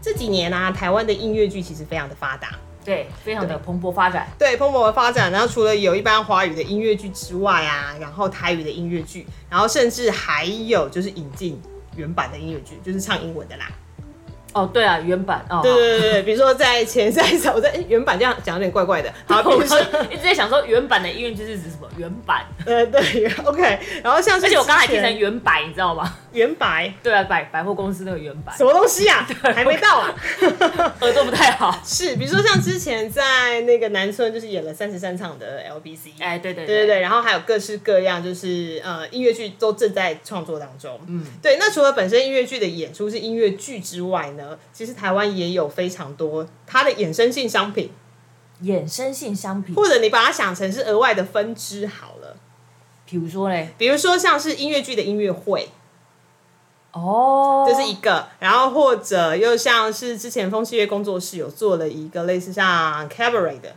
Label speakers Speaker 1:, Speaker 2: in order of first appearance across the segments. Speaker 1: 这几年啊，台湾的音乐剧其实非常的发达，
Speaker 2: 对，非常的蓬勃发展。
Speaker 1: 对蓬勃的发展。然后除了有一般华语的音乐剧之外啊，然后台语的音乐剧，然后甚至还有就是引进原版的音乐剧，就是唱英文的啦。
Speaker 2: 哦，对啊，原版哦，
Speaker 1: 对对对对，比如说在前赛场，我在、诶原版这样讲有点怪怪的。好，比
Speaker 2: 哦我
Speaker 1: 如说
Speaker 2: 刚一直在想说原版的音乐剧是指什么原 版，
Speaker 1: 呃对，OK，然后像是
Speaker 2: 而且我刚才听
Speaker 1: 之前
Speaker 2: 成原百，你知道 吗？
Speaker 1: 原白
Speaker 2: 对啊，百百货公司那个原版
Speaker 1: 什，么东西啊，还没到啊。
Speaker 2: 耳朵不太好。
Speaker 1: 是，比如说像之前在那个南村就是演了三十三场的 LBC，
Speaker 2: 哎，对对
Speaker 1: 对对对，然后还有各式各样，就是呃音乐剧都正在创作当中。嗯
Speaker 2: 嗯，
Speaker 1: 对。那除了本身音乐剧的演出是音乐剧之外呢，其实台湾也有非常多它的衍生性商品，
Speaker 2: 衍生性商品，
Speaker 1: 或者你把它想成是额外的分支好了。
Speaker 2: 比如说嘞，
Speaker 1: 比如说像是音乐剧的音乐会，
Speaker 2: 哦，
Speaker 1: 这是一个，然后或者又像是之前风戏乐工作室有做了一个类似像 cabaret 的，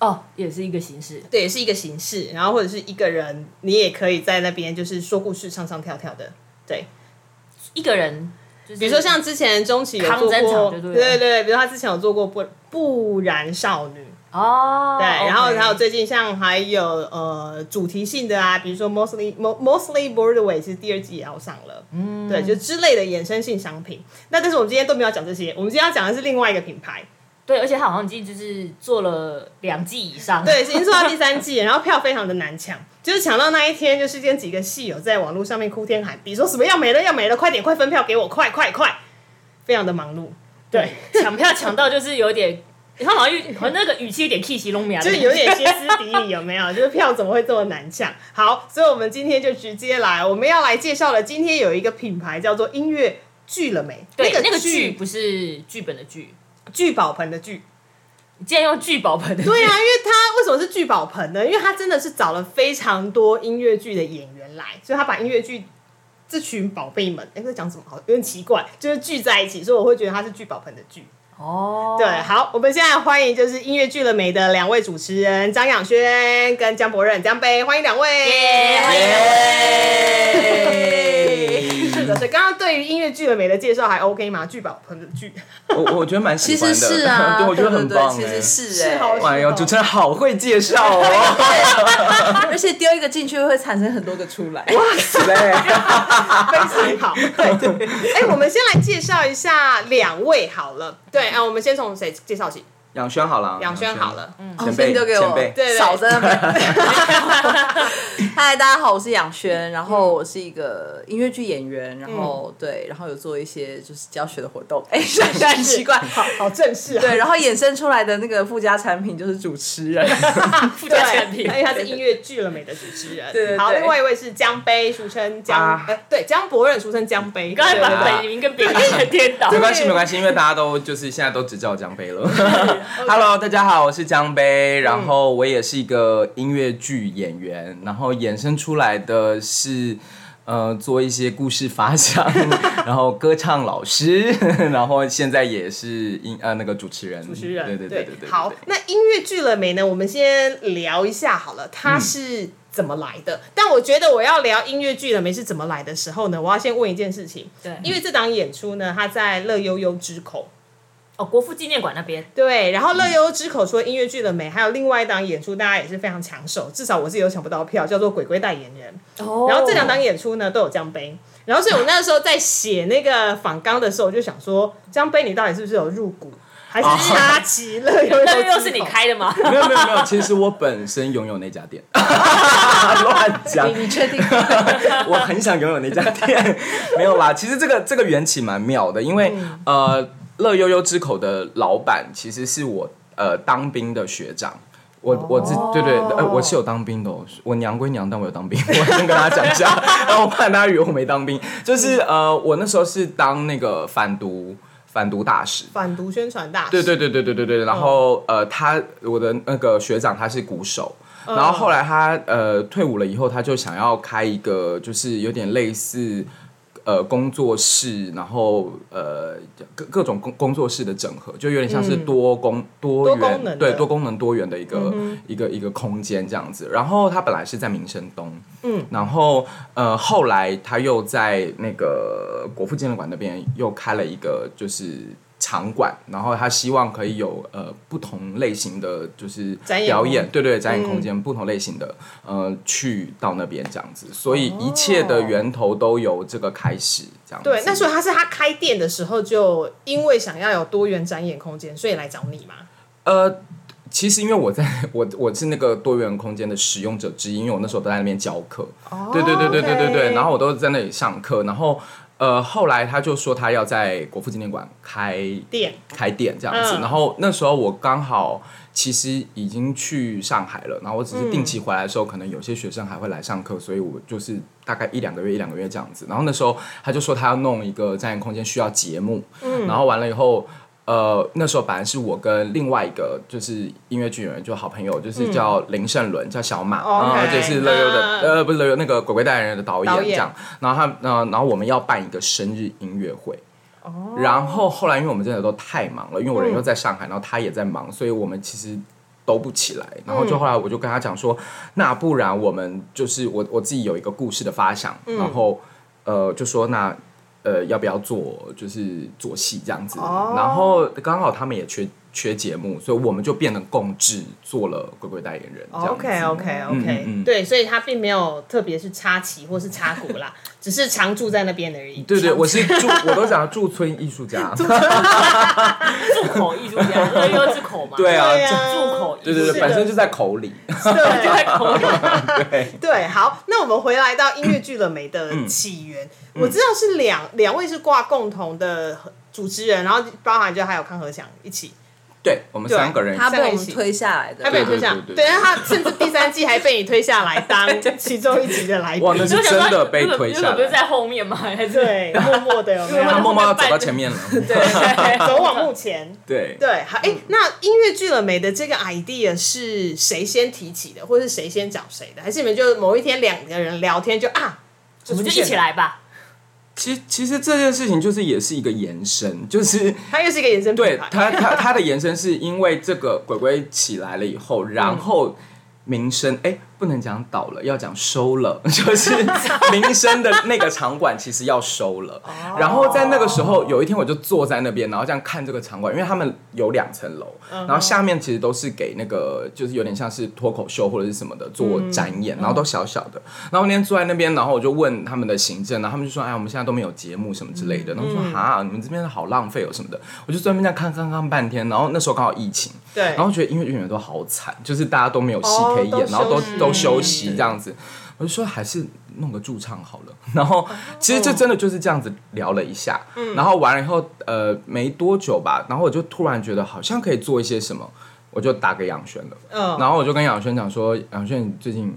Speaker 2: 哦，也是一个形式。
Speaker 1: 对，也是一个形式，然后或者是一个人，你也可以在那边就是说故事、唱唱跳跳的，对。
Speaker 2: 一个人，就是、
Speaker 1: 比如说像之前钟琦有做
Speaker 2: 抗争
Speaker 1: 过，
Speaker 2: 场
Speaker 1: 对
Speaker 2: 就
Speaker 1: 对
Speaker 2: 对了
Speaker 1: 对对，比如他之前有做过不不然少女，
Speaker 2: 哦，
Speaker 1: 对，然后
Speaker 2: OK
Speaker 1: 还有最近像还有呃主题性的啊，比如说 mostly Mo- mostly Broadway，其实第二季也要上了，嗯，对，就之类的衍生性商品。那但是我们今天都没有讲这些，我们今天要讲的是另外一个品牌，
Speaker 2: 对，而且他好像已经就是做了两季以上，
Speaker 1: 对，已经做到第三季了，然后票非常的难抢， 就是抢到那一天，就是跟几个戏友在网络上面哭天喊地，说什么要没了要没了，快点快分票给我，快快快，非常的忙碌，对。
Speaker 2: 抢票抢到就是有点，他好像有好像那个语气有点气息拢苗，
Speaker 1: 就是有点歇斯底里，有没有？就是票怎么会这么难抢？好，所以我们今天就直接来，我们要来介绍了。今天有一个品牌叫做音乐剧了没？
Speaker 2: 对
Speaker 1: 那
Speaker 2: 那个剧
Speaker 1: 剧
Speaker 2: 不是剧本的剧，
Speaker 1: 聚宝盆的聚。
Speaker 2: 你竟然用剧宝盆的剧，
Speaker 1: 对啊，因为它为什么是聚宝盆呢？因为它真的是找了非常多音乐剧的演员来，所以他把音乐剧这群宝贝们，哎、在讲什么好有点奇怪，就是聚在一起，所以我会觉得它是聚宝盆的聚。
Speaker 2: 哦，
Speaker 1: 对，好，我们现在欢迎就是音乐剧了没的两位主持人张养轩跟江博任、江杯，欢迎两 位，
Speaker 2: 耶欢迎两 位
Speaker 1: 位。是的，所以刚刚对于音乐剧了没的介绍还 OK 吗？聚宝盆的剧
Speaker 3: 我我觉得蛮喜
Speaker 4: 其
Speaker 3: 欢
Speaker 4: 实
Speaker 3: 的，
Speaker 4: 是啊，
Speaker 3: 对，我觉得
Speaker 4: 对
Speaker 3: 很
Speaker 4: 对
Speaker 3: 棒哎、
Speaker 4: 其实是
Speaker 1: 是 好
Speaker 4: 哎，
Speaker 3: 哎呦，主持人好会介绍哦！
Speaker 4: 而且 丢一个进去会产生很多个出来。
Speaker 3: 对，
Speaker 1: 非常好。对对，哎、我们先来介绍一下两位好了。对，啊，我们先从谁介绍起？
Speaker 3: 杨轩好了，
Speaker 1: 杨轩好了，嗯，
Speaker 4: 哦
Speaker 3: 前
Speaker 4: 先
Speaker 3: 辈，
Speaker 4: 丢给
Speaker 3: 前
Speaker 4: 我
Speaker 3: 辈，
Speaker 1: 对对
Speaker 4: 嫂子那边。 嗨，大家好，我是杨轩，然
Speaker 3: 嗯
Speaker 4: 后我是一个音乐剧演员，然后对，然后有做一些就是教学的活 动，哎，是是很奇怪。
Speaker 1: 好好正式啊。
Speaker 4: 对，然后衍生出来的那个附加产品就是主 持人，
Speaker 2: 附
Speaker 1: 对
Speaker 2: 加产，品
Speaker 1: 因，为他是音乐剧了没的主持人。
Speaker 4: 对对
Speaker 1: 好，
Speaker 4: 对
Speaker 1: 另外一位是江杯，俗称江
Speaker 3: 啊，
Speaker 1: 哎、对，江博任，俗称江杯。
Speaker 2: 刚才
Speaker 1: 对对
Speaker 2: 啊
Speaker 1: 啊
Speaker 2: 把
Speaker 1: 对
Speaker 2: 本名跟别人颠倒
Speaker 3: 没，关系，没关系，因为大家都就是现在都只叫我江杯了。Hello，大家好，我是江
Speaker 4: 嗯
Speaker 3: 杯，然后我也是一个音乐剧演员，然后衍生出来的是。呃，做一些故事发想， 然后歌唱老师， 然后现在也是音呃那个主持人，主
Speaker 1: 主持人，
Speaker 3: 对对对对对。
Speaker 1: 好，那音乐剧了没呢？我们先聊一下好了，它是怎么来的？但我觉得我要聊音乐剧了没是怎么来的时候呢，我要先问一件事情，
Speaker 2: 对，
Speaker 1: 因为这档演出呢，它在乐悠悠之口。
Speaker 2: 哦，国父纪念馆那边，
Speaker 1: 对，然后乐悠悠之口除了音乐剧了没，还有另外一档演出，大家也是非常抢手，至少我自己有抢不到票，叫做《鬼鬼代言人》。
Speaker 2: 哦
Speaker 1: 然后这两档演出呢都有江杯，然后所以我那时候在写那个访纲的时候，我就想说，江杯你到底是不是有入股，还是插旗乐悠悠？
Speaker 2: 哦那边又是你。开 的吗？
Speaker 3: 没有没有没有，其实我本身拥有那家店， 乱讲，
Speaker 4: 你确定？
Speaker 3: 我很想拥有那家店，没有啦。其实这个这个缘起蛮妙的，因为、
Speaker 4: 嗯
Speaker 3: 呃，乐悠悠之口的老板其实是我呃当兵的学长。我
Speaker 4: 哦
Speaker 3: 我自对对，呃，我是有当兵的、哦，我娘归娘，但我有当兵，我先跟大家讲一下， 然后我怕大家以为我没当兵，就是呃，我那时候是当那个反毒反毒大使。
Speaker 1: 反毒宣传大使，
Speaker 3: 对对对对对对对。然后、呃，他我的那个学长他是鼓手，然后后来他呃退伍了以后，他就想要开一个就是有点类似呃工作室，然后呃各各种工工作室的整合，就有点像是多工、多元
Speaker 1: 多功能的
Speaker 3: 对多功能多元的一个、一个一个空间这样子。然后他本来是在民生东，嗯，然后呃后来他又在那个国父纪念馆那边又开了一个就是。场馆，然后他希望可以有呃不同类型的就是
Speaker 1: 展演
Speaker 3: 表
Speaker 1: 空间嗯
Speaker 3: 演，对对，展演空间、不同类型的，呃，去到那边这样子，所
Speaker 1: 哦
Speaker 3: 以一切的源头都由这个开始，这样子。
Speaker 1: 对，那所以他是他开店的时候就因为想要有多元展演空间，所以来找你嘛。
Speaker 3: 呃，其实因为我在 我我是那个多元空间的使用者之一，因为我那时候都在那边教课，对对对对对对对，
Speaker 1: OK
Speaker 3: 然后我都在那里上课，然后呃，后来他就说他要在国父纪念馆开
Speaker 1: 店
Speaker 3: 开店这样子。
Speaker 1: 嗯
Speaker 3: 然后那时候我刚好其实已经去上海了，然后我只是定期回来的时候，可能有些学生还会来上课，所以我就是大概一两个月一两个月这样子。然后那时候他就说他要弄一个展演空间，需要节目，
Speaker 1: 嗯
Speaker 3: 然后完了以后。呃，那时候本来是我跟另外一个就是音乐剧演员，就好朋友，就是叫林胜伦，叫小马，
Speaker 1: 嗯哦 OK，
Speaker 3: 然后就是乐优的，
Speaker 1: 嗯
Speaker 3: 呃，不是乐优那个鬼鬼代言人的导演
Speaker 1: 导
Speaker 3: 这
Speaker 1: 演
Speaker 3: 样。然后他，呃，然后我们要办一个生日音乐会，
Speaker 1: 哦
Speaker 3: 然后后来因为我们真的都太忙了，因为我人
Speaker 1: 嗯
Speaker 3: 又在上海，然后他也在忙，所以我们其实都不起来。然后
Speaker 1: 嗯
Speaker 3: 就后来我就跟他讲说，那不然我们就是我我自己有一个故事的发想，
Speaker 1: 嗯
Speaker 3: 然后呃就说那呃要不要做就是做戏这样子，
Speaker 1: 哦
Speaker 3: 然后刚好他们也缺。缺节目，所以我们就变得共治做了鬼鬼代言人这样子。
Speaker 1: OK OK
Speaker 3: 嗯
Speaker 1: OK，、
Speaker 3: 嗯嗯
Speaker 1: 对，所以他并没有特别是插旗或是插股啦， 只是常住在那边而已。
Speaker 3: 对对，我是驻，我都讲驻村艺术 家。
Speaker 5: 住口艺术家，乐优之口嘛，
Speaker 3: 对啊
Speaker 1: 对啊，
Speaker 5: 住口艺
Speaker 3: 对
Speaker 5: 术
Speaker 3: 对对，
Speaker 1: 是
Speaker 3: 本
Speaker 1: 的
Speaker 3: 身就在口里。
Speaker 5: 就
Speaker 1: 对
Speaker 5: 在口里，
Speaker 1: 对，好，那我们回来到音乐剧了没
Speaker 3: 嗯
Speaker 1: 的起源，我知道是两两位是挂共同的主持人，然后包含就还有康和祥一起，
Speaker 3: 对，啊我们
Speaker 1: 对
Speaker 3: 三个人一起
Speaker 4: 他被我们推下来的，
Speaker 1: 他被你推下，
Speaker 3: 对对对对
Speaker 1: 但他甚至第三季还被你推下来 当其中一集的来
Speaker 3: 哇，
Speaker 1: 宾，
Speaker 3: 那是真的被推下
Speaker 5: 不是
Speaker 3: 来，
Speaker 5: 在后面吗？还是
Speaker 1: 对，默默的 有没
Speaker 3: 他
Speaker 5: 他
Speaker 1: 有
Speaker 3: 默默要走到前面了。
Speaker 5: 对对
Speaker 1: 走往目前？
Speaker 3: 对，
Speaker 1: 对，好，
Speaker 3: 嗯
Speaker 1: 哎、那音乐剧了没的这个 idea 是谁先提起的，或是谁先找谁的？还是你们就某一天两个人聊天就啊，
Speaker 5: 我们
Speaker 1: 出
Speaker 5: 就
Speaker 1: 现
Speaker 5: 一起来吧。
Speaker 3: 其实其实这件事情就是也是一个延伸，就是
Speaker 1: 它又是一个衍生
Speaker 3: 对
Speaker 1: 品牌，
Speaker 3: 他他他的延伸是因为这个鬼鬼起来了以后，然后。民生哎，不能讲倒了，要讲收了， 就是民生的那个场馆其实要收了。然后在那个时候，有一天我就坐在那边，然后这样看这个场馆，因为他们有两层楼，然后下面其实都是给那个就是有点像是脱口秀或者是什么的做展演，然后都小小的。然后那天坐在那边，然后我就问他们的行政，然后他们就说：“哎，我们现在都没有节目什么之类
Speaker 1: 嗯
Speaker 3: 的。”然后我说：“哈，你们这边好浪费哦什么的。”我就在那边这样看看看半天，然后那时候刚好疫情，
Speaker 1: 对，
Speaker 3: 然后觉得音乐剧演员都好惨，就是大家都没有戏
Speaker 1: 哦
Speaker 3: 可以演，
Speaker 1: 都
Speaker 3: 然后
Speaker 1: 休
Speaker 3: 都
Speaker 1: 息
Speaker 3: 都休息这样子。我就说还是弄个驻唱好了。然后其实这真的就是这样子聊了一下，
Speaker 1: 嗯
Speaker 3: 然后完了以后呃没多久吧，然后我就突然觉得好像可以做一些什么，我就打给杨轩了。
Speaker 1: 嗯，
Speaker 3: 然后我就跟杨轩讲说，杨轩你最近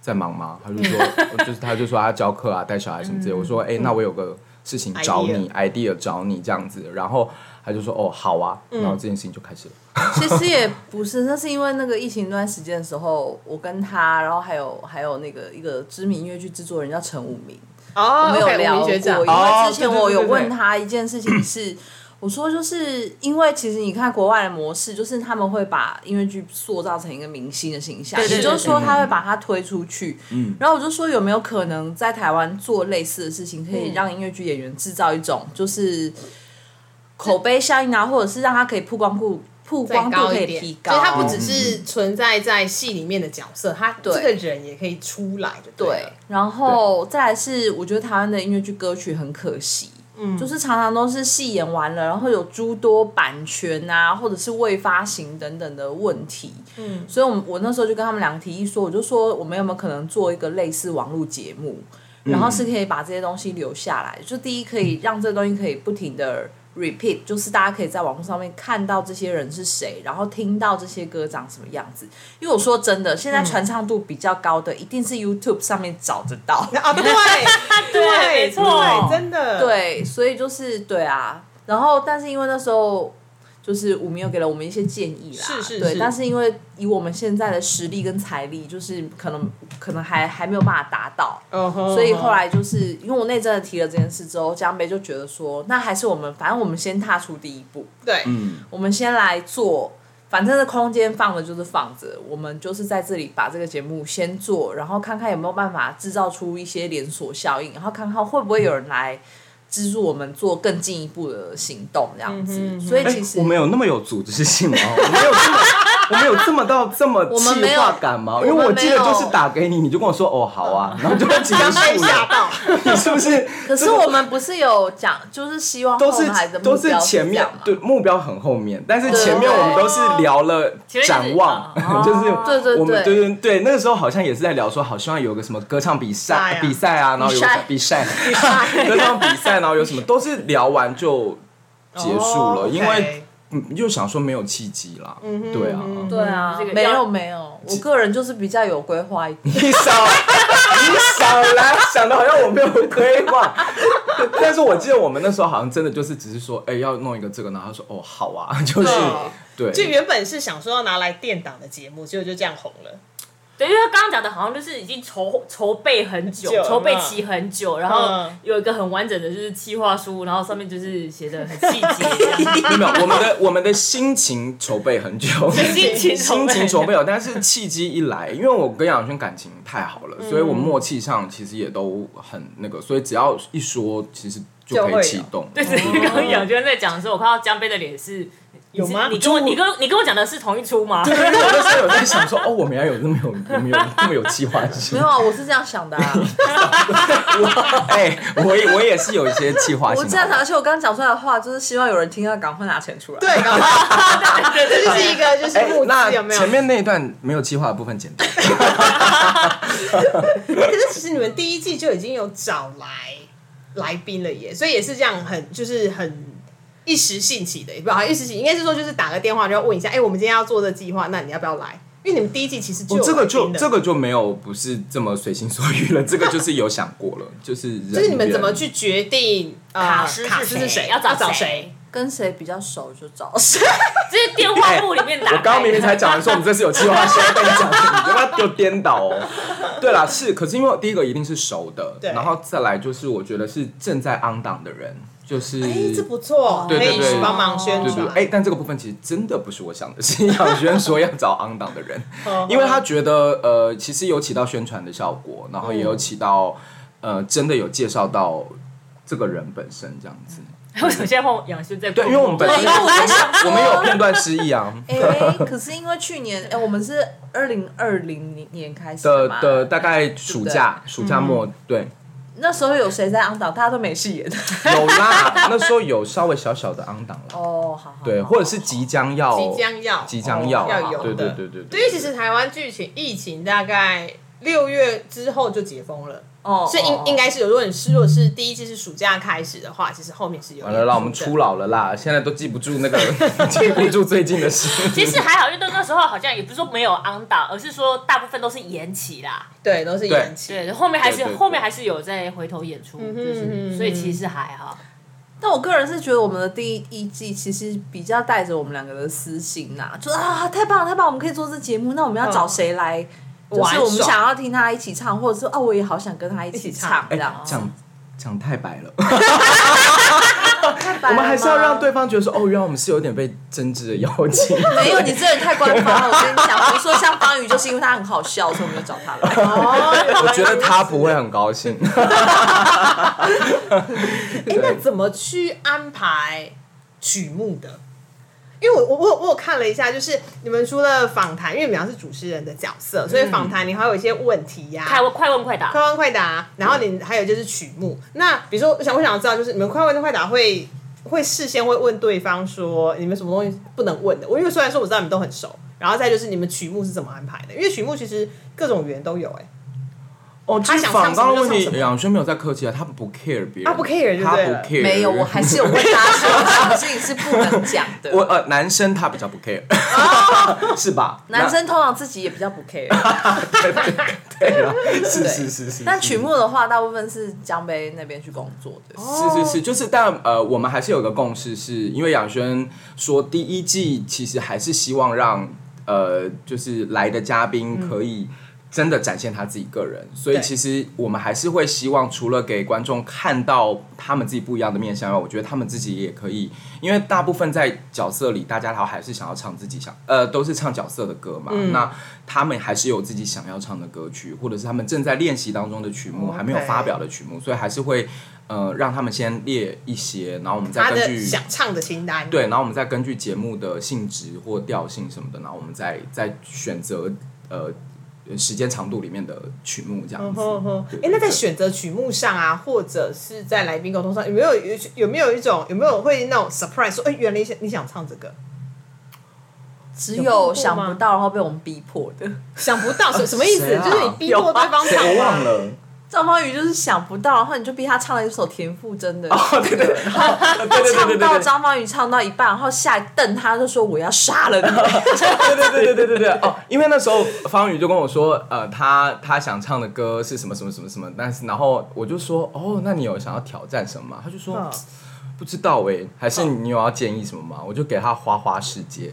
Speaker 3: 在忙吗？他就 说，我就是他就说他教课啊，带小孩什么
Speaker 4: 嗯
Speaker 3: 之类的。我说，哎、那我有个事情找你，idea 找你这样子。然后他就说，哦，好啊。
Speaker 4: 嗯
Speaker 3: 然后这件事情就开始了。
Speaker 4: 其实也不是，那是因为那个疫情那段时间的时候，我跟他，然后还有还有那个一个知名音乐剧制作人叫陈武明，
Speaker 1: 哦
Speaker 4: 我们有聊过，
Speaker 1: 学
Speaker 4: 因
Speaker 1: 长，
Speaker 4: 为之前
Speaker 3: 哦对对
Speaker 4: 我有
Speaker 3: 对对
Speaker 4: 问他一件事情是。我说，就是因为其实你看国外的模式，就是他们会把音乐剧塑造成一个明星的形象，
Speaker 5: 对对
Speaker 4: 也就是
Speaker 5: 对
Speaker 4: 说他会把它推出去。嗯，然后我就说有没有可能在台湾做类似的事情，
Speaker 1: 嗯
Speaker 4: 可以让音乐剧演员制造一种就是口碑效应啊，或者是让他可以曝光度曝
Speaker 1: 再
Speaker 4: 光度
Speaker 1: 高
Speaker 4: 可
Speaker 1: 一
Speaker 4: 以
Speaker 1: 点，
Speaker 4: 提
Speaker 1: 所以他
Speaker 4: 高
Speaker 1: 不只是存在在戏里面的角色，他这个人也可以出来的，对
Speaker 4: 对啊
Speaker 1: 了，
Speaker 4: 然后再来是，我觉得台湾的音乐剧歌曲很可惜，嗯，就是常常都是戏演完了，然后有诸多版权啊，或者是未发行等等的问题，嗯，所以我们我那时候就跟他们两个提议说，我就说我们有没有可能做一个类似网络节目，然后是可以把这些东西留下来，就第一可以让这东西可以不停的 repeat，就是大家可以在网络上面看到这些人是谁，然后听到这些歌长什么样子。因为我说真的，现
Speaker 1: 嗯
Speaker 4: 在传唱度比较高的，一定是 YouTube 上面找得 到。
Speaker 1: 啊，对，
Speaker 5: 对没错
Speaker 1: 对真的，
Speaker 4: 对，所以就是对啊，然后，但是因为那时候就是五迷又给了我们一些建议啦，
Speaker 1: 是是
Speaker 4: 对
Speaker 1: 是
Speaker 4: 但是因为以我们现在的实力跟财力，就是可能可能还还没有办法达到。
Speaker 1: 嗯哼
Speaker 4: 所以后来就是因为我那真的提了这件事之后，江杯就觉得说，那还是我们，反正我们先踏出第一步，
Speaker 1: 对，
Speaker 3: 嗯，
Speaker 4: 我们先来做，反正的空间放着就是放着，我们就是在这里把这个节目先做，然后看看有没有办法制造出一些连锁效应，然后看看会不会有人来资助我们做更进一步的行动，这样子。
Speaker 1: 嗯哼
Speaker 4: 所以
Speaker 3: 哎
Speaker 4: 其实
Speaker 3: 我们有那么有组织性吗？我们有这么。我们有这么到这么
Speaker 4: 我们没
Speaker 3: 计
Speaker 4: 有
Speaker 3: 划感 吗？因
Speaker 4: 我
Speaker 3: 为
Speaker 4: 们
Speaker 3: 我记得
Speaker 4: 没有
Speaker 3: 就是打给你，你就跟我说哦好啊，然后就结
Speaker 1: 刚被
Speaker 3: 束
Speaker 1: 吓
Speaker 3: 了。
Speaker 1: 到，
Speaker 3: 你是不是？
Speaker 4: 可是我们不是有讲，就是希望
Speaker 3: 都
Speaker 4: 后
Speaker 3: 是
Speaker 4: 来的目
Speaker 3: 都
Speaker 4: 标
Speaker 3: 是前
Speaker 4: 这
Speaker 3: 面
Speaker 4: 样嘛
Speaker 3: 对目标很后面，但是
Speaker 4: 对
Speaker 3: 前面我们都是聊了
Speaker 5: 前面就是
Speaker 3: 展望， 就是
Speaker 4: 对哦对
Speaker 3: 我们对
Speaker 4: 对
Speaker 3: 对对，那个时候好像也是在聊说，好希望有个什么歌唱比
Speaker 1: 哎
Speaker 3: 赛
Speaker 1: 呀
Speaker 3: 比赛啊，然后有个比赛 歌唱比赛，然后有什么都是聊完就结束了，
Speaker 1: 哦
Speaker 3: 因
Speaker 1: OK
Speaker 3: 为嗯又想说没有契机啦，
Speaker 1: 嗯哼
Speaker 3: 对啊，
Speaker 1: 嗯哼
Speaker 4: 对啊
Speaker 5: 这个，
Speaker 4: 没
Speaker 5: 要
Speaker 4: 有没有，我个人就是比较有规划一点。
Speaker 3: 你少，你少来，想的好像我没有规划。但是我记得我们那时候好像真的就是只是说，哎、要弄一个这个，然后他说哦好啊， 就是对，
Speaker 1: 就原本是想说要拿来垫档的节目，结果就这样红了。
Speaker 5: 对，因为他刚刚讲的好像就是已经筹筹备很久
Speaker 1: 久，了
Speaker 5: 筹备期很久，然后
Speaker 1: 嗯
Speaker 5: 有一个很完整的就是计划书，然后上面就是写的很 细节，
Speaker 3: 没有没有，我们的我们的心情筹备很久，
Speaker 5: 心情
Speaker 3: 心情筹
Speaker 5: 筹
Speaker 3: 备有，但是契机一来，因为我跟杨轩感情太好了，所以我默契上其实也都很那个，所以只要一说，其实就
Speaker 1: 就
Speaker 3: 可
Speaker 1: 会
Speaker 3: 以启动。
Speaker 5: 对，只是刚刚杨娟在讲的时候，我看到江杯的脸是，你
Speaker 1: 有
Speaker 5: 是
Speaker 1: 吗
Speaker 5: 你跟我你跟你跟我讲的是同一出吗？
Speaker 3: 对，因 为我那时候有在想说，哦，我们要有那么有有没有那么有计划性
Speaker 4: 没有？啊，我是这样想 的啊，
Speaker 3: 哎、我也我也是有一些计划性
Speaker 4: 我
Speaker 3: 的。
Speaker 4: 这样想，而且我刚刚讲出来的话，就是希望有人听到，赶快拿钱出来。
Speaker 1: 对，搞不好 这就是一个就是
Speaker 3: 哎
Speaker 1: 募
Speaker 3: 那
Speaker 1: 资有没有？
Speaker 3: 前面那一段没有计划的部分简单，
Speaker 1: 可是其实你们第一季就已经有找来来宾了耶，所以也是这样很就是很一时兴起的，也不好一时兴起，应该是说就是打个电话就要问一下，哎、我们今天要做这计划，那你要不要来？因为你们第一季其实就
Speaker 3: 我
Speaker 1: 有
Speaker 3: 哦这个就
Speaker 1: 来宾的
Speaker 3: 这个就没有不是这么随心所欲了，这个就是有想过了，就是人
Speaker 1: 就是你们怎么去决定、呃、
Speaker 5: 卡斯是
Speaker 1: 卡斯是
Speaker 5: 谁
Speaker 1: 要
Speaker 5: 要找
Speaker 1: 找
Speaker 5: 谁？
Speaker 4: 跟谁比较熟就找 谁。
Speaker 5: 这是电话簿里面打
Speaker 3: 我
Speaker 5: 开的。
Speaker 3: 刚刚明明才讲完说我们这是有计划性，现在被你讲了，你要不要就颠倒哦？对啦，是，可是因为第一个一定是熟的，
Speaker 1: 对
Speaker 3: 然后再来就是我觉得是正在 on 档的人，就是
Speaker 1: 哎、这不啊错，
Speaker 3: 对对
Speaker 1: 可以
Speaker 3: 对
Speaker 1: 帮忙宣
Speaker 3: 对
Speaker 1: 传
Speaker 3: 对，。哎、但这个部分其实真的不是我想的，是杨轩说要找 on 档的人，
Speaker 1: 哦
Speaker 3: 因为他觉得呃，其实有起到宣传的效果，然后也有起到、呃，真的有介绍到这个人本身这样 子。
Speaker 5: 为什么现在换杨轩在？
Speaker 3: 对，因为我们本身
Speaker 4: 对因为我 在想
Speaker 3: 我们有片段失 忆啊
Speaker 4: 哎、可是因为去年，哎、我们是二零二零年开始
Speaker 3: 的
Speaker 4: 嘛，
Speaker 3: 的大概暑假暑
Speaker 1: 嗯
Speaker 3: 假末、对。
Speaker 4: 那时候有谁在昂岛，大家都没戏演。
Speaker 3: 有啦，那时候有稍微小小的 on 档了，
Speaker 4: 哦，好好。
Speaker 3: 对，或者是即将要
Speaker 1: 即将要
Speaker 3: 即将要啊
Speaker 1: 哦要有
Speaker 3: 对对
Speaker 1: 的
Speaker 3: 对对
Speaker 1: 对，因为其实台湾剧情疫情大概六月之后就解封了。
Speaker 4: 哦，
Speaker 1: 所以
Speaker 4: 哦
Speaker 1: 应应该是有，如果你是如果是第一季是暑假开始的话，其实后面是有
Speaker 3: 完了啦，我们初老了啦，现在都记不 住那个记不住最近的事。
Speaker 5: 其实还好，因为那时候好像也不是说没有 on 档，而是说大部分都是延期啦。
Speaker 1: 对都是延期，
Speaker 5: 对，后面还是
Speaker 3: 对对对
Speaker 5: 后面还是有在回头演出，就
Speaker 1: 嗯嗯
Speaker 5: 是所以其实还好。
Speaker 4: 但我个人是觉得我们的第一季其实比较带着我们两个的私心呐、就是啊，太棒了太棒了，我们可以做这节目，那我们
Speaker 3: 嗯
Speaker 4: 要找谁来？就是我们想要听他一起唱，或者是啊，我也好想跟他一起唱这
Speaker 3: 哎
Speaker 4: 样。，
Speaker 3: 讲讲太白了，
Speaker 4: 太白
Speaker 3: 我
Speaker 4: 了吗
Speaker 3: 们还是要让对方觉得说，哦，原来我们是有点被真挚的邀请。
Speaker 4: 没有，你这人太官方了。我跟你讲，我说像方宇，就是因为他很好笑，所以我们就找他 来。
Speaker 3: 我觉得他不会很高兴。
Speaker 1: 哎，那怎么去安排曲目的？因为我我我有我有看了一下，就是你们除了访谈，因为你们要是主持人的角色，所以访谈你还有一些问题呀、
Speaker 5: 快问快问快答
Speaker 1: 快，问快答，然后你还有就是曲目。那比如说，我想我想要知道，就是你们快问快答会会事先会问对方说你们什么东西不能问的。我因为虽然说我知道你们都很熟，然后再就是你们曲目是怎么安排的，因为曲目其实各种语言都有哎、
Speaker 3: 哦，
Speaker 1: 他
Speaker 3: 其实
Speaker 1: 想唱
Speaker 3: 反
Speaker 1: 什么
Speaker 3: 刚的问
Speaker 1: 就唱
Speaker 3: 题
Speaker 1: 什，么
Speaker 3: 杨轩没有在客气啊，他不 care 别人，
Speaker 1: 他不 care 就
Speaker 3: 他
Speaker 1: 对
Speaker 3: 不
Speaker 1: 了
Speaker 3: care，
Speaker 4: 没有，我还是有问他说，事情是不能讲的。
Speaker 3: 我呃，男生他比较不 care，是 吧？
Speaker 4: 哦男生通常自己也比较不 care，
Speaker 3: 那 对啊，是
Speaker 4: 对
Speaker 3: 是是是。
Speaker 4: 但
Speaker 3: 是
Speaker 4: 曲目的话，大部分是江杯那边去工作的。
Speaker 3: 是是是，就是但呃，我们还是有个共识是，因为杨轩说第一季其实还是希望让呃，就是来的嘉宾可以真的展现他自己个人，所以
Speaker 1: 对
Speaker 3: 嗯其实我们还是会希望除了给观众看到他们自己不一样的面相外，我觉得他们自己也可以，因为大部分在角色里，大家好还是想要唱自己想呃，都是呃唱角色的歌嘛，嗯那他们还是有自己想要唱的歌曲，或者是他们正在练习当中的曲目
Speaker 1: OK
Speaker 3: 还没有发表的曲目，所以还是会。呃，让他们先列一些，然后我们再
Speaker 1: 他
Speaker 3: 根
Speaker 1: 的
Speaker 3: 据
Speaker 1: 想唱的清单。
Speaker 3: 对，然后我们再根据节目的性质或调性什么的，然后我们再再选择呃时间长度里面的曲目这样
Speaker 1: 嗯
Speaker 3: 子
Speaker 1: 哼哼。
Speaker 3: 对
Speaker 1: 哎，那在
Speaker 3: 对
Speaker 1: 选择曲目上啊，或者是在来宾沟通上，有没有有有没有一种有没有会那种 surprise 说，哎，原来你想你想唱这个，
Speaker 4: 只
Speaker 1: 有碰过
Speaker 4: 有想
Speaker 1: 吗
Speaker 4: 不到，然后被我们逼迫的。
Speaker 1: 想不到什什么意思？
Speaker 3: 谁啊
Speaker 1: 就是你逼迫对方
Speaker 3: 谁
Speaker 1: 唱
Speaker 3: 哎我
Speaker 1: 吗
Speaker 3: 忘？了？
Speaker 4: 赵方宇就是想不到，然后你就逼他唱了一首《田馥甄》的，
Speaker 3: 哦，对对对，哦对对对
Speaker 4: 唱
Speaker 3: 对对
Speaker 4: 到
Speaker 3: 对
Speaker 4: 张方宇唱到一半，然后下一瞪他就说我要杀了你，
Speaker 3: 对对对对对对哦，因为那时候方宇就跟我说，呃，他他想唱的歌是什么什么什么什么，但是然后我就说，哦，那你有想要挑战什么吗？他就说
Speaker 1: 嗯
Speaker 3: 不知道哎、还是你有要建议什么吗？我就给他花花世界。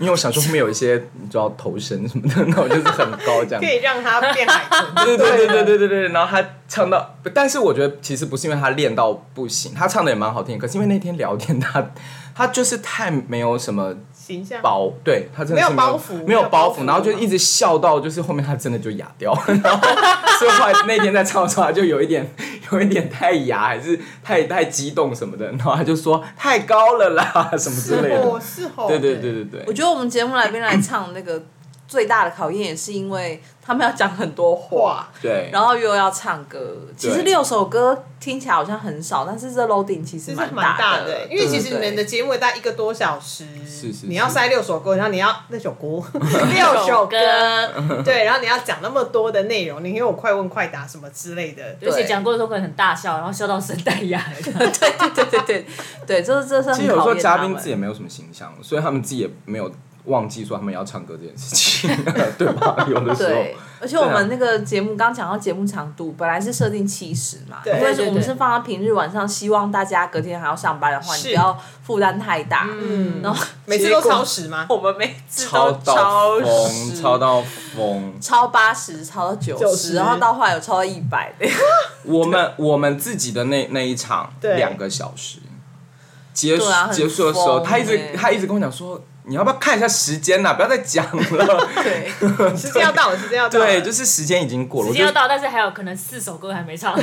Speaker 3: 因为我想说后面有一些你知道头身什么的，那我就是很高这样子
Speaker 1: 可。以让他变海豚。
Speaker 3: 对对对对对对对，然后他唱到，但是我觉得其实不是因为他练到不行，他唱的也蛮好听，可是因为那天聊天他他就是太没有什么
Speaker 1: 形象
Speaker 3: 包，对他真的是
Speaker 1: 没有包袱
Speaker 3: 没有包
Speaker 1: 没有包
Speaker 3: 袱，
Speaker 1: 袱
Speaker 3: 然后就一直笑到就是后面他真的就哑掉，然后所以后来那天在唱的时候他就有一点有一点太哑，还是太太激动什么的，然后他就说太高了啦什么之类
Speaker 1: 哦，
Speaker 3: 的，
Speaker 1: 是哦，
Speaker 3: 对对对对对
Speaker 4: 我，觉得我们节目来宾来唱那个最大的考验，也是因为他们要讲很多话
Speaker 1: 哇，，
Speaker 3: 对，
Speaker 4: 然后又要唱歌。其实
Speaker 3: 对
Speaker 4: 六首歌听起来好像很少，但是这 loading 其实
Speaker 1: 其实
Speaker 4: 蛮
Speaker 1: 蛮大
Speaker 4: 的
Speaker 1: 的，，因为其实
Speaker 4: 对
Speaker 1: 你们的。节目大概一个多小时，
Speaker 3: 是是
Speaker 1: 你要塞六首歌，然后你要那首歌 六首歌，
Speaker 5: 歌，
Speaker 1: 对，然后你要讲那么多的内容，你有快问快答什么之类的，
Speaker 5: 而且讲过的时候可能很大笑，然后笑到声带哑。
Speaker 4: 对对对对对对，这是这是
Speaker 3: 其实
Speaker 4: 很
Speaker 3: 有时
Speaker 4: 考
Speaker 3: 候
Speaker 4: 验
Speaker 3: 嘉
Speaker 4: 他
Speaker 3: 宾自己也
Speaker 4: 们。
Speaker 3: 没有什么形象，所以他们自己也没有忘记说他们要唱歌这件事情，对吧？ 有的时
Speaker 4: 对
Speaker 3: 候，啊
Speaker 4: 而且我们那个节目刚讲到节目长度，本来是设定七十嘛，
Speaker 1: 对
Speaker 4: 因为
Speaker 5: 对
Speaker 4: 我们
Speaker 5: 对
Speaker 4: 是放到平日晚上，希望大家隔天还要上班的话，你
Speaker 1: 是
Speaker 4: 不要负担太大。
Speaker 1: 嗯，
Speaker 4: 然后
Speaker 1: 每次
Speaker 4: 结
Speaker 1: 都
Speaker 4: 果
Speaker 1: 超时吗？
Speaker 4: 我们每次
Speaker 3: 超
Speaker 4: 都
Speaker 3: 到疯，
Speaker 4: 时
Speaker 3: 超到疯。
Speaker 4: 超八十，超到九
Speaker 1: 90
Speaker 4: 十，然后到后来有超到一百的。
Speaker 3: 我们我们自己的那那一场
Speaker 1: 对
Speaker 3: 两个小时结束、
Speaker 4: 对啊很
Speaker 3: 结束的时候，
Speaker 4: 疯
Speaker 3: 他一直
Speaker 4: 欸
Speaker 3: 他一直跟我讲说，你要不要看一下时间啊呐、不要再讲了。
Speaker 4: 对，
Speaker 1: 时间要到了，时间要到了，
Speaker 3: 对，就是时间已经过了，
Speaker 5: 时
Speaker 3: 我
Speaker 5: 间
Speaker 3: 就
Speaker 5: 要到，但是还有可能四首歌还没 唱。
Speaker 3: 我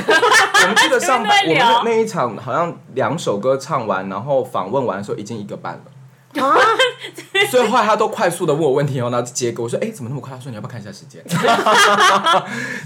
Speaker 3: 们记得上班，
Speaker 5: 前面在
Speaker 3: 我们那
Speaker 5: 聊
Speaker 3: 那一场好像两首歌唱完，然后访问完的时候已经一个半了。
Speaker 1: 啊，
Speaker 3: 所以后来他都快速的问我问题哦，然后结果我说：“哎、怎么那么快？”他说：“你要不要看一下时间？”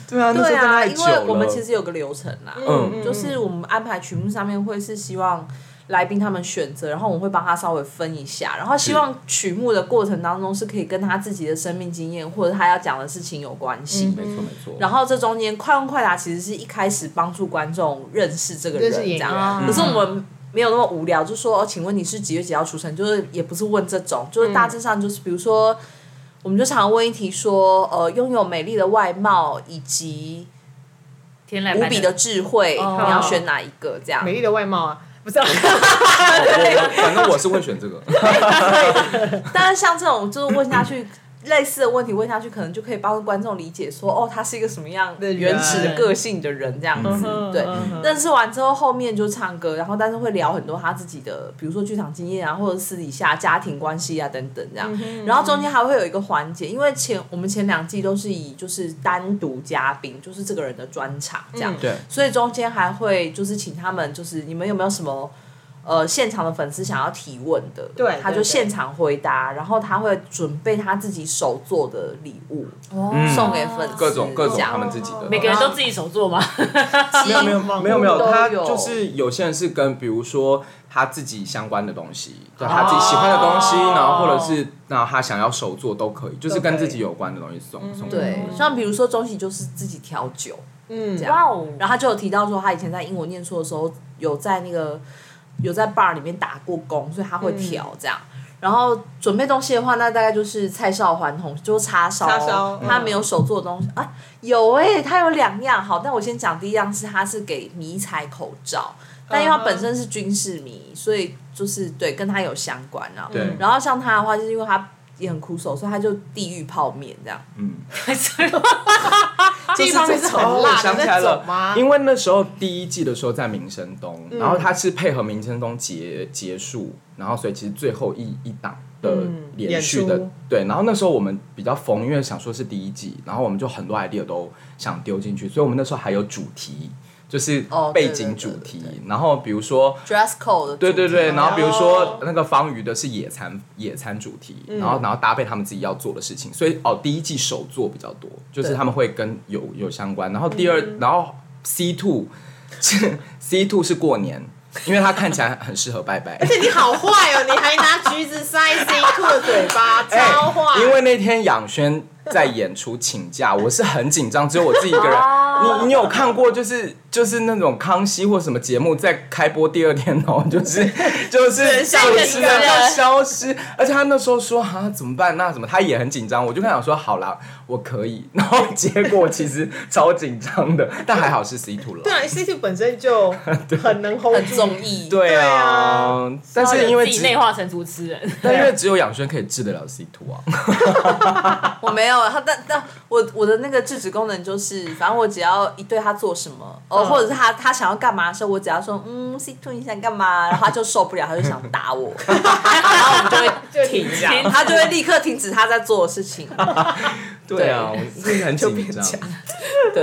Speaker 3: 对啊，那时候
Speaker 4: 对
Speaker 3: 真的
Speaker 4: 啊，
Speaker 3: 太
Speaker 4: 因
Speaker 3: 久
Speaker 4: 为
Speaker 3: 了。
Speaker 4: 我们其实有个流程啦，
Speaker 3: 嗯
Speaker 4: 就是我们安排曲目上面会是希望来宾他们选择，然后我们会帮他稍微分一下，然后希望曲目的过程当中是可以跟他自己的生命经验或者他要讲的事情有关
Speaker 1: 嗯
Speaker 4: 系。
Speaker 3: 嗯没错没错。
Speaker 4: 然后这中间快问快答其实是一开始帮助观众认识这个人，
Speaker 1: 认识
Speaker 4: 这
Speaker 1: 演员
Speaker 4: 样。啊
Speaker 1: 嗯
Speaker 4: 可是我们没有那么无聊，就说、哦、请问你是几月几号出生？就是也不是问这种，就是
Speaker 1: 嗯
Speaker 4: 大致上就是比如说，我们就常问一题说，呃，拥有美丽的外貌以及
Speaker 5: 天籁
Speaker 4: 无
Speaker 5: 般
Speaker 4: 比的智慧，
Speaker 5: 哦
Speaker 4: 你要选哪一个？这样
Speaker 1: 美。丽的外貌啊，不是 啊，
Speaker 3: 我我反正我是会选这个，
Speaker 4: 但是像这种就是问下去。类似的问题问下去，可能就可以帮观众理解说，哦，他是一个什么样
Speaker 1: 的人
Speaker 4: 原始的个性的人这样子。
Speaker 1: 嗯
Speaker 4: 对
Speaker 1: 嗯嗯，
Speaker 4: 认识完之后，后面就唱歌，然后但是会聊很多他自己的，比如说剧场经验啊，或者私底下家庭关系啊等等这
Speaker 1: 嗯
Speaker 4: 样。然后中间还会有一个环节，因为前我们前两季都是以就是单独嘉宾，就是这个人的专场这样
Speaker 1: 嗯。
Speaker 3: 对，
Speaker 4: 所以中间还会就是请他们，就是你们有没有什么呃现场的粉丝想要提问的？
Speaker 1: 对
Speaker 4: 他就
Speaker 1: 对对
Speaker 4: 现场回答，然后他会准备他自己手做的礼物、
Speaker 1: 哦
Speaker 4: 送给粉丝，
Speaker 3: 嗯各种各种
Speaker 4: 这样
Speaker 3: 他们自己的。
Speaker 5: 每个人都自己手做吗？
Speaker 4: 没
Speaker 3: 没有没有没有没有，
Speaker 4: 都
Speaker 3: 他
Speaker 4: 有
Speaker 3: 就是有些人是跟比如说他自己相关的东西，对
Speaker 4: 哦
Speaker 3: 他自己喜欢的东西，然后或者是然后他想要
Speaker 4: 嗯
Speaker 3: 手做都可以，就是跟自己有关的东西送送。
Speaker 4: 对，像比如说中喜就是自己调酒，嗯，这样。
Speaker 5: 哇哦，
Speaker 4: 然后他就有提到说，他以前在英国念书的时候，有在那个有在 bar 里面打过工，所以他会调这样。然后准备东西的话，那大概就是菜烧、环红，就是叉烧。
Speaker 1: 叉烧
Speaker 4: 他
Speaker 1: 嗯
Speaker 4: 没有手做的东西、啊，有哎、他有两样。好，但我先讲第一样是，他是给迷彩口罩，但因为他
Speaker 1: 嗯哼
Speaker 4: 本身是军事迷，所以就是对跟他有相关啊。
Speaker 3: 对
Speaker 4: 然后像他的话，就是因为他也很苦手，所以他就地狱泡面这样。
Speaker 3: 嗯，
Speaker 1: 地方是很
Speaker 3: 我
Speaker 1: 辣的
Speaker 3: 哦想起来
Speaker 1: 那
Speaker 3: 了
Speaker 1: 种吗？，嗯
Speaker 3: 因为那时候第一季的时候在民生东，然后它是配合民生东结结束，然后所以其实最后一一档的连续的、
Speaker 1: 嗯演出
Speaker 3: 对，然后那时候我们比较疯，因为想说是第一季，然后我们就很多 idea 都想丢进去，所以我们那时候还有主题，就是
Speaker 4: 哦对
Speaker 3: 背景
Speaker 4: 对对
Speaker 3: 主题，
Speaker 4: 对对
Speaker 3: 然后比如说
Speaker 4: dress code 的主题
Speaker 3: 对对对，然后比如
Speaker 1: 哦
Speaker 3: 说那个方瑜的是野餐野餐主题，然后然后搭配他们自己要做的事情，所以哦第一季手做比较多，就是
Speaker 4: 对嗯
Speaker 3: 他们会跟有有相关，然后第二、然后 C two 是 C two 是过年，因为它看起来很适合拜拜，
Speaker 1: 而且你好坏哦，你还拿橘子塞 C 兔的嘴巴，
Speaker 3: 哎
Speaker 1: 超坏。
Speaker 3: 因为那天养轩在演出请假，我是很紧张，只有我自己一个人。你你有看过就是就是那种康熙或什么节目，在开播第二天哦，就是就
Speaker 1: 剩
Speaker 3: 是
Speaker 1: 下一
Speaker 3: 主
Speaker 1: 个
Speaker 3: 持人要消失，而且他那时候说啊怎么办？那怎么？他也很紧张，我就跟他讲说好啦，我可以。然后结果其实超紧张的，但还好是 C two 了。
Speaker 1: 对啊，C two 本身就很能 hold
Speaker 4: 很
Speaker 1: 住
Speaker 4: 综艺，
Speaker 3: 对
Speaker 1: 对
Speaker 3: 啊
Speaker 1: 啊，
Speaker 3: 但是因为
Speaker 5: 自己
Speaker 3: 只
Speaker 5: 内化成主持人，
Speaker 3: 但因为只有养轩可以治得了 C two 啊，
Speaker 4: 我没有他，但但我我的那个制止功能就是，反正我只要一对他做什么，哦，
Speaker 1: 嗯
Speaker 4: 或者是他他想要干嘛的时候，我只要说嗯，C two 你想干嘛，然后他就受不了，他就想 打我，
Speaker 5: 然后我们就会
Speaker 1: 就停这样
Speaker 5: 停
Speaker 4: 他就会立刻停止他在做的 事情。
Speaker 3: 对啊，我真的很紧张。
Speaker 4: 对，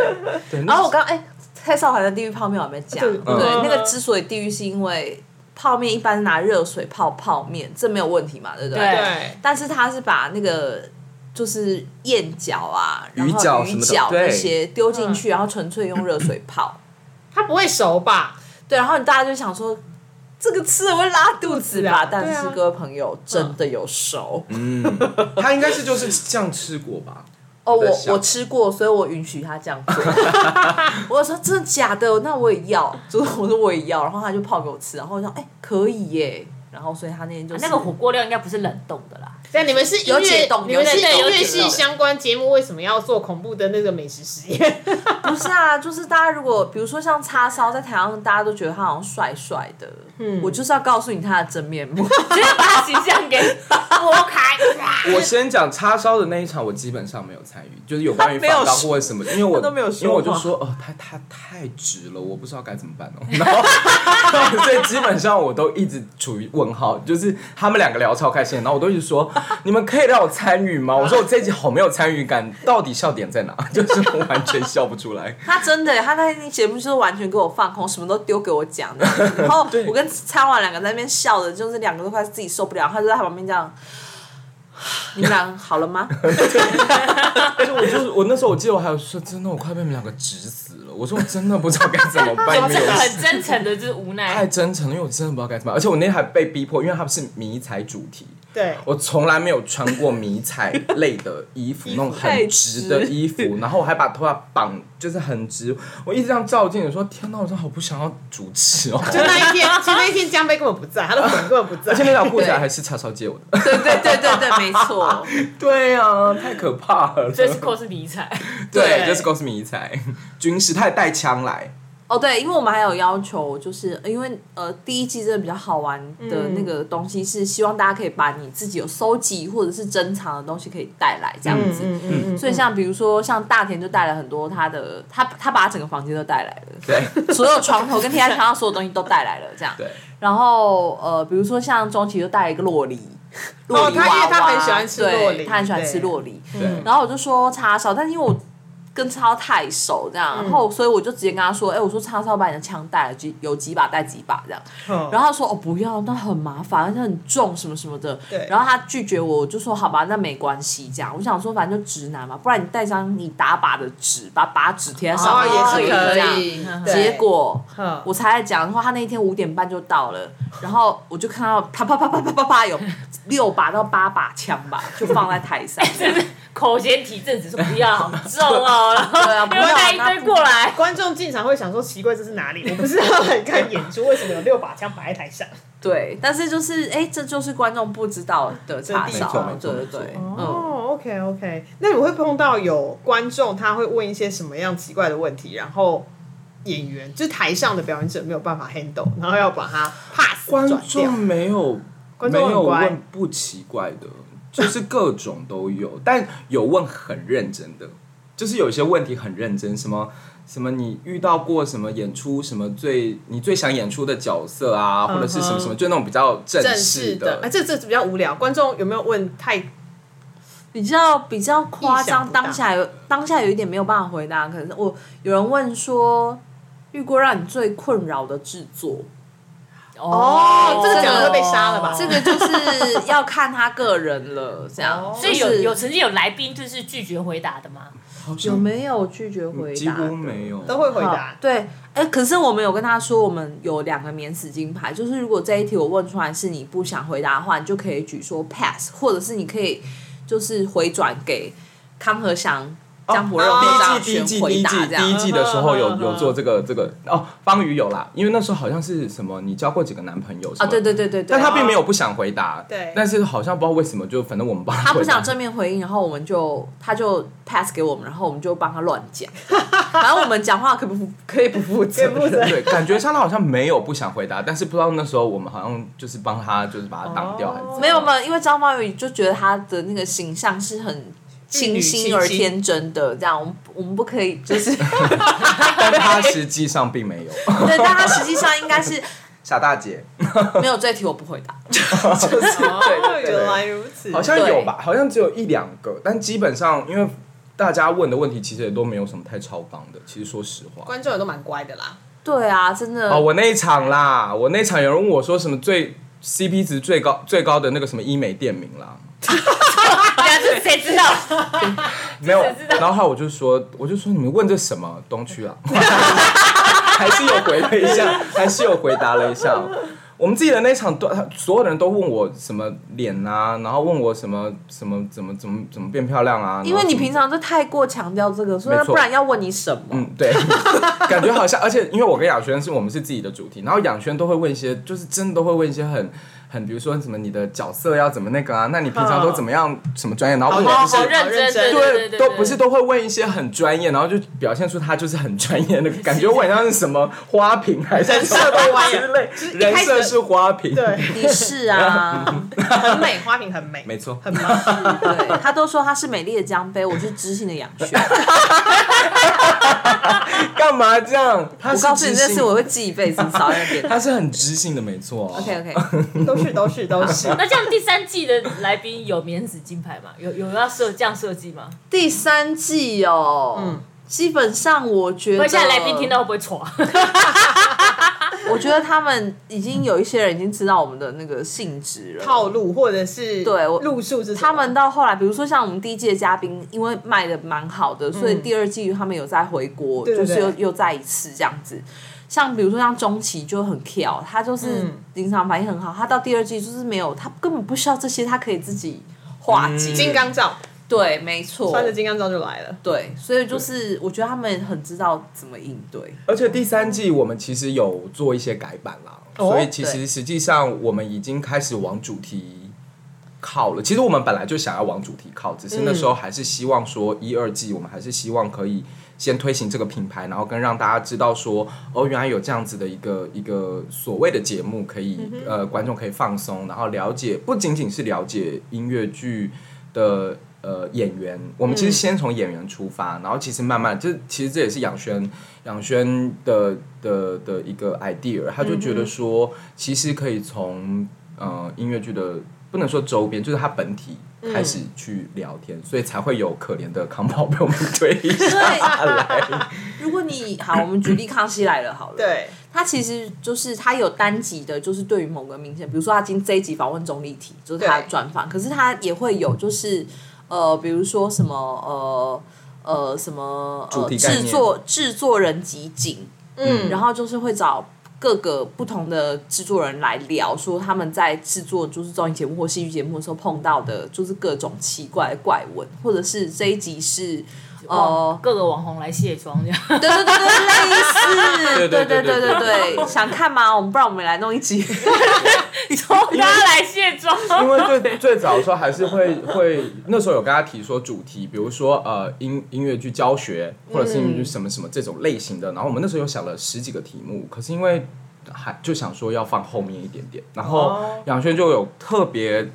Speaker 3: 对，
Speaker 4: 然
Speaker 3: 然
Speaker 4: 后我刚哎，蔡少华的地狱泡面我还没讲，
Speaker 1: 对
Speaker 4: 对，
Speaker 1: 嗯
Speaker 4: 那个之所以地狱是因为泡面一般是拿热水泡泡面，这没有问题嘛，对不对？
Speaker 5: 对
Speaker 1: 对，
Speaker 4: 但是他是把那个就是燕饺啊、然后
Speaker 3: 鱼饺什
Speaker 4: 鱼
Speaker 3: 么的
Speaker 4: 饺
Speaker 3: 对嗯
Speaker 4: 那些丢进去，然后纯粹用热水泡。
Speaker 1: 他不会熟吧？
Speaker 4: 对，然后你大家就想说，这个吃了会拉肚
Speaker 1: 肚
Speaker 4: 子吧？
Speaker 1: 子啊
Speaker 4: 但
Speaker 1: 对
Speaker 4: 是
Speaker 1: 啊
Speaker 4: 各位朋友真的有熟、
Speaker 3: 嗯，他应该是就是这样吃过吧？
Speaker 4: 哦，
Speaker 3: 我在
Speaker 4: 我
Speaker 3: 想
Speaker 4: 我吃过，所以我允许他这样做。 我说真的假的？那我也要，就是我说我也要，然后他就泡给我吃，然后我说哎、可以耶，然后所以他那天就 是、
Speaker 5: 啊那个火锅料应该不是冷冻的啦，
Speaker 1: 但你们是音
Speaker 4: 有解
Speaker 1: 乐
Speaker 4: 冻，
Speaker 1: 你们是
Speaker 4: 有解
Speaker 1: 音
Speaker 4: 冻
Speaker 1: 乐
Speaker 4: 有解
Speaker 1: 系
Speaker 4: 冻
Speaker 1: 相关节目，为什么要做恐怖的那个美食实验？
Speaker 4: 不是啊， 就是大家如果比如说像叉烧，在台上大家都觉得他好像帅帅的，我就是要告诉你他的真面目。
Speaker 5: 直接把他形象给拨开。
Speaker 3: 我先讲叉烧的那一场，我基本上没有参与，就是有关于
Speaker 4: 他没有
Speaker 3: 访告
Speaker 4: 说
Speaker 3: 或者什么，因为我
Speaker 4: 他都没有说
Speaker 3: 因为我就
Speaker 4: 话
Speaker 3: 说哦，他他太直了，我不知道该怎么办哦。 然后，所以基本上我都一直处于问号，就是他们两个聊超开心，然后我都一直说你们可以让我参与吗？我说我这一集好没有参与感，到底笑点在哪？ 就是我完全笑不出来。
Speaker 4: 他真的耶，他那天节目就是完全给我放空，什么都丢给我讲的。然后我跟蔡婉两个在那边笑的，就是两个都快自己受不了，他就在他旁边这样。 你们俩好 了吗？
Speaker 3: 就我就我那时候我记得我还有说真的，我快被你们两个直死了。我说我真的不知道该 怎么办，
Speaker 5: 我
Speaker 3: 你们
Speaker 5: 真
Speaker 3: 有哎
Speaker 5: 的哎很真诚的，就是无
Speaker 3: 太
Speaker 5: 奈。
Speaker 3: 真诚了，因为我真的不知道该怎么办，而且我那天还被逼迫，因为他们是迷彩主题，
Speaker 1: 对，
Speaker 3: 我从来没有穿过迷彩类的 衣服，那种
Speaker 4: 太
Speaker 3: 很直的
Speaker 4: 直
Speaker 3: 衣服，然后我还把头发绑就是很直，我一直这样照镜子说，天哪，我真的好不想要主持 哦，
Speaker 1: 就那一 天，其实那一天江杯根本不在，他的魂根本不在
Speaker 3: 而。且那条裤子还是叉烧借我的，
Speaker 4: 对对对对对，没错。
Speaker 3: 对啊，太可怕了，
Speaker 5: 所以是 cos 迷彩，
Speaker 3: 对，
Speaker 1: 对
Speaker 3: 就是告诉迷彩军师，他还带枪来，
Speaker 4: 哦，对，因为我们还有要求，就是因为呃，第一季真的比较好玩的那个东西是希望大家可以把你自己有收集或者是珍藏的东西可以带来这样子。
Speaker 1: 嗯嗯嗯，
Speaker 4: 所以像比如说像大田就带了很多他的，他他把他整个房间都带来了。
Speaker 3: 对
Speaker 4: 所有床头跟贴在墙上所有东西都带来了，这样。
Speaker 3: 对。
Speaker 4: 然后呃，比如说像钟琪就带了一个洛梨，洛梨
Speaker 1: 哦他因为他
Speaker 4: 娃娃
Speaker 1: 很喜欢吃洛梨
Speaker 4: 对他很喜欢吃
Speaker 1: 对
Speaker 4: 洛梨。
Speaker 3: 对，
Speaker 4: 然后我就说叉烧，但是因为我跟叉烧太熟，这样，
Speaker 1: 嗯
Speaker 4: 然后所以我就直接跟他说，哎、我说叉烧把你的枪带了，几有几把带几把这样。然
Speaker 1: 然
Speaker 4: 后他说哦不要，那很麻烦，而且很重什么什么的。
Speaker 1: 对
Speaker 4: 然后他拒绝我，我就说好吧，那没关系这样。我想说反正就直男嘛，不然你带张你打靶的纸，把靶纸贴在上
Speaker 1: 哦
Speaker 4: 面、
Speaker 1: 也是
Speaker 4: 这样
Speaker 1: 可以，啊对
Speaker 4: 啊结果
Speaker 1: 嗯
Speaker 4: 我才来讲的话，他那一天五点半就到了，然后我就看到啪啪啪啪啪啪啪有六把到八把枪吧，就放在台上。
Speaker 5: 口嫌体正直说不要，好重哦， ，然后
Speaker 4: 对啊不
Speaker 5: 又
Speaker 4: 要
Speaker 5: 带一堆过来，
Speaker 1: 观众进场会想说奇怪这是哪里？我不是很看演出，为什么有六把枪摆在台上？
Speaker 4: 对，但是就是哎，这就是观众不知道的叉
Speaker 1: 没
Speaker 4: 烧
Speaker 3: 错没，错
Speaker 4: 对对
Speaker 3: 没错
Speaker 4: 对，嗯，
Speaker 1: 哦，OK OK，那你会碰到有观众他会问一些什么样奇怪的问题，然后演员就是台上的表演者没有办法 handle，然后要把它 pass
Speaker 3: 观
Speaker 1: 转
Speaker 3: 众
Speaker 1: 掉。
Speaker 3: 没有
Speaker 1: 观
Speaker 3: 没
Speaker 1: 众
Speaker 3: 有
Speaker 1: 很乖
Speaker 3: 问不奇怪的，就是各种都有，但有问很认真的，就是有一些问题很认真，什么什么你遇到过什么演出什么最你最想演出的角色啊，或者是什么什么，就那种比较正
Speaker 1: 正
Speaker 3: 式
Speaker 1: 式的，哎、这这比较无聊。观众有没有问太
Speaker 4: 比较比较夸
Speaker 1: 意想
Speaker 4: 张，
Speaker 1: 不到
Speaker 4: 当下有当下有一点没有办法回答，可能我有人问说，遇过让你最困扰的制作，
Speaker 1: 哦这
Speaker 4: 个
Speaker 1: 讲会被杀了吧
Speaker 4: 哦这个就是要看他个人了，这样。
Speaker 5: 哦所以
Speaker 4: 就
Speaker 5: 有
Speaker 4: 是
Speaker 5: 有曾经有来宾就是拒绝回答的吗？
Speaker 3: 好像
Speaker 4: 有没有拒绝回答？
Speaker 3: 几乎没有，
Speaker 1: 都会回
Speaker 4: 好
Speaker 3: 啊
Speaker 1: 答？
Speaker 4: 对，哎、可是我们有跟他说，我们有两个免死金牌，就是如果这一题我问出来是你不想回答的话，你就可以举说 pass，或者是你可以就是回转给康和祥、江伯
Speaker 1: 哦
Speaker 4: 荣这
Speaker 3: 第
Speaker 4: 样
Speaker 3: 一季第一
Speaker 4: 选
Speaker 3: 季第
Speaker 4: 回
Speaker 3: 一季
Speaker 4: 答这
Speaker 3: 第一
Speaker 4: 样。
Speaker 3: 季的时候有
Speaker 1: 嗯嗯嗯
Speaker 3: 有做这个这个哦，方宇有啦，因为那时候好像是什么你交过几个男朋友什
Speaker 4: 啊，
Speaker 3: 么
Speaker 4: 对对对对对，
Speaker 3: 但他并没有不想回答，
Speaker 1: 对
Speaker 3: 但是好像不知道为什么，就反正我们帮
Speaker 4: 他不
Speaker 3: 回答
Speaker 4: 想正面回应，然后我们就他就 pass 给我们，然后我们就帮他乱讲， 反正我们讲话可不负可以不负责
Speaker 1: 可以不负责
Speaker 4: 任。
Speaker 3: 对，感觉上他好像没有不想回答，但是不知道那时候我们好像就是帮他，就是把他挡掉还是怎么样
Speaker 4: 哦没有没有，因为张曼玉就觉得她的那个形象是很清新而天真的，这样我们我们不可以就是
Speaker 3: 但他实际上并没有。
Speaker 4: 对，但她实际上应该是
Speaker 3: 傻大姐
Speaker 4: 没有这题我不回答，
Speaker 1: 哦，原来如此。
Speaker 3: 好像有吧，好像只有一两个，但基本上因为大家问的问题其实也都没有什么太超纲的。其实说实话，
Speaker 1: 观众也都蛮乖的啦。
Speaker 4: 对啊，真的
Speaker 3: 哦，我那一场啦，我那一场有人问我说什么最 CP 值最高最高的那个什么医美店名啦，
Speaker 5: 对啊，这谁知道？
Speaker 3: 没有
Speaker 5: 谁知，道
Speaker 3: 然后后来我就说，我就说你们问这什么东区啊？ 还是有回了一 下，还是有回答了一下。我们自己的那场都，所有人都问我什么脸啊，然后问我什么什么怎么怎么怎么变漂亮啊。
Speaker 4: 因为
Speaker 3: 然
Speaker 4: 你
Speaker 3: 后什么
Speaker 4: 平常就太过强调这个，所以
Speaker 3: 没错
Speaker 4: 不然要问你什么？
Speaker 3: 嗯，对， 感觉好像，而且因为我跟雅轩是我们是自己的主题，然后雅轩都会问一些，就是真的都会问一些很很，比如说什么你的角色要怎么那个啊，那你平常
Speaker 4: 哦
Speaker 3: 都怎么样，什么专业，然后问我
Speaker 5: 好
Speaker 3: 就是
Speaker 5: 好认
Speaker 1: 认
Speaker 5: 真，
Speaker 1: 真
Speaker 5: 对
Speaker 1: 对
Speaker 5: 对对，
Speaker 3: 都不是都会问一些很专业，然后就表现出他就是很专业的感觉，我很像是什么花瓶还是什么之类，
Speaker 1: 一
Speaker 3: 人
Speaker 1: 开始
Speaker 3: 设是花瓶，
Speaker 1: 对，
Speaker 4: 你 是啊，
Speaker 1: 很美，花瓶很美，
Speaker 3: 没错
Speaker 1: 很棒。
Speaker 4: 对，他都说他是美丽的江杯，我是知性的杨 轩。
Speaker 3: 干嘛这样？他
Speaker 4: 我
Speaker 3: 是
Speaker 4: 告诉你，
Speaker 3: 知
Speaker 4: 这
Speaker 3: 性
Speaker 4: 次我会记一辈子，少在那边。
Speaker 3: 他是很知性的，没错。
Speaker 4: OK OK，
Speaker 1: 都是都是都是。
Speaker 5: 那这样第三季的来宾有免死金牌吗？有有要设这样设计吗？
Speaker 4: 第三季哦，
Speaker 1: 嗯
Speaker 4: 基本上我觉
Speaker 5: 不
Speaker 4: 得
Speaker 5: 然现在来宾听到会不会闯？
Speaker 4: 我觉得他们已经有一些人已经知道我们的那个性质了。
Speaker 1: 套路或者是
Speaker 4: 对我
Speaker 1: 路数是什么
Speaker 4: 他们到后来，比如说像我们第一季的嘉宾，因为卖的蛮好的，所以第二季他们有再回国，
Speaker 1: 嗯对对
Speaker 4: 就是又
Speaker 1: 对
Speaker 4: 又再一次这样子。像比如说像钟琦就很跳，他就是
Speaker 1: 嗯
Speaker 4: 临场反应很好，他到第二季就是没有，他根本不需要这些，他可以自己化解。
Speaker 1: 金刚罩，
Speaker 4: 对，没错，
Speaker 1: 穿着金刚罩就来了。
Speaker 4: 对，所以就是我觉得他们很知道怎么应对。
Speaker 3: 而且第三季我们其实有做一些改版啦，
Speaker 1: 哦
Speaker 3: 所以其实
Speaker 4: 对
Speaker 3: 实际上我们已经开始往主题靠了。其实我们本来就想要往主题靠，只是那时候还是希望说一二季我们还是希望可以先推行这个品牌，然后跟让大家知道说哦，原来有这样子的一个一个所谓的节目，可以、呃观众可以放松，然后了解不仅仅是了解音乐剧的。呃，演员，我们其实先从演员出发，然后其实慢慢，这其实这也是杨轩杨轩的的的一个 idea，他就觉得说，其实可以从呃音乐剧的不能说周边，就是他本体开始去聊天，所以才会有可怜的康宝被我们推一下来。
Speaker 4: 如果你好，我们举例《康熙来了》好了，，
Speaker 1: 对，
Speaker 4: 他其实就是他有单集的，就是对于某个明星，比如说他今这一集访问钟丽缇，就是他的
Speaker 1: 对
Speaker 4: 专访，可是他也会有就是呃，比如说什么呃呃什么
Speaker 3: 主
Speaker 4: 呃
Speaker 3: 题概念
Speaker 4: 制作制作人集锦，
Speaker 1: 嗯，
Speaker 4: 然后就是会找各个不同的制作人来聊，说他们在制作就是综艺节目或戏剧节目的时候碰到的，就是各种奇怪的怪闻，或者是这一集是
Speaker 5: 哦
Speaker 4: 哦，
Speaker 5: 各个网红来卸妆这样。
Speaker 4: 对对对对，类
Speaker 3: 对
Speaker 4: 似，对
Speaker 3: 对对
Speaker 4: 对
Speaker 3: 对
Speaker 4: 对
Speaker 3: 对
Speaker 4: 对对，想看吗？我们不然我们来弄一集，
Speaker 5: 你说大家来卸妆，
Speaker 3: 因为最最早的时候还是会会那时候有跟他提说主题，比如说呃音音乐剧教学，或者是音乐剧什么什么这种类型的。然后我们那时候有想了十几个题目，可是因为还就想说要放后面一点点。然后
Speaker 1: 哦
Speaker 3: 杨轩就有特别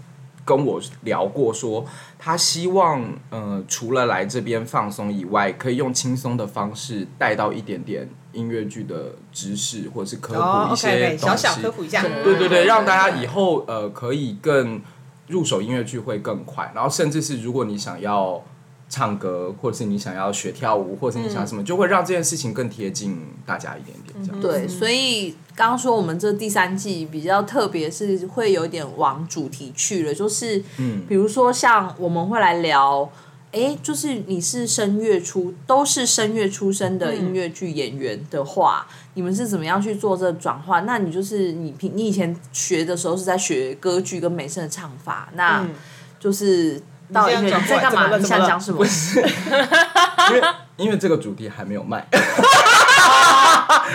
Speaker 3: 跟我聊过说，他希望呃除了来这边放松以外，可以用轻松的方式带到一点点音乐剧的知识或者是科
Speaker 1: 哦
Speaker 3: 普一些
Speaker 1: ，OK，
Speaker 3: 东西。
Speaker 1: 小小科普一下，
Speaker 3: 对对对，让大家以后呃可以更入手音乐剧会更快，然后甚至是如果你想要唱歌，或者是你想要学跳舞，或者是你想要什么，就会让这件事情更贴近大家一点点这
Speaker 1: 嗯
Speaker 3: 样。
Speaker 4: 对，所以刚刚说我们这第三季比较特别，是会有点往主题去了，就是，
Speaker 1: 嗯
Speaker 4: 比如说像我们会来聊，哎，就是你是声乐出，都是声乐出身的音乐剧演员的话，
Speaker 1: 嗯
Speaker 4: 你们是怎么样去做这个转换？那你就是你平你以前学的时候是在学歌剧跟美声的唱法，
Speaker 1: 嗯
Speaker 4: 那就是到
Speaker 1: 这
Speaker 4: 音
Speaker 1: 样
Speaker 4: 乐
Speaker 1: 转
Speaker 4: 你在
Speaker 1: 换
Speaker 4: 干
Speaker 1: 怎么
Speaker 4: 嘛？
Speaker 1: 了怎
Speaker 4: 你
Speaker 1: 么
Speaker 4: 想
Speaker 1: 了
Speaker 4: 讲什么？
Speaker 3: 因为因为这个主题还没有 卖，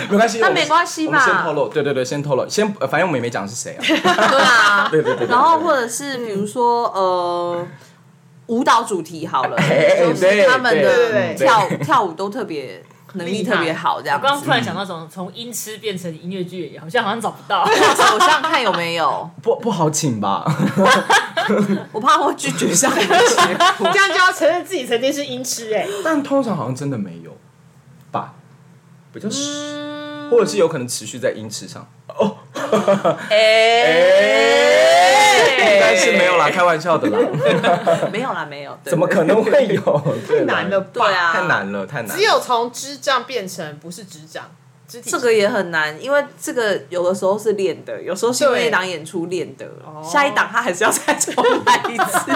Speaker 3: 没关系，
Speaker 4: 那
Speaker 3: 我们
Speaker 4: 没关系
Speaker 3: 我们先
Speaker 4: 嘛
Speaker 3: 透露，对对对，先透露，先呃反正我们也没讲是谁啊，
Speaker 4: 对啊，
Speaker 3: 对对对对
Speaker 4: 然后或者是比如说呃，舞蹈主题好了，
Speaker 3: 哎
Speaker 4: 就是他们
Speaker 1: 对对对
Speaker 4: 的跳跳舞都特别能力特别好，这样
Speaker 5: 我刚刚
Speaker 4: 子
Speaker 5: 突。然想到，从从音痴变成音乐剧演员，好像好像找不到。
Speaker 4: 我想想啊看有没有，
Speaker 3: 不不好请吧，
Speaker 4: 我怕我拒绝 上一
Speaker 1: 这样就要承认自己曾经是音痴哎，
Speaker 3: 但通常好像真的没有吧，比较少，或者是有可能持续在音池上。
Speaker 4: 哎
Speaker 3: 但是没有啦，开玩笑的啦，
Speaker 4: 没有啦，没有，对
Speaker 3: 怎么可能会有？太
Speaker 1: 太难了，吧？
Speaker 4: 对啊，
Speaker 3: 太难了，太难了。
Speaker 1: 只有从智障变成不是智障，肢体
Speaker 4: 这个也很难，因为这个有的时候是练的，有时候是因为
Speaker 1: 对
Speaker 4: 一档演出练的，下一档他还是要再重来一次。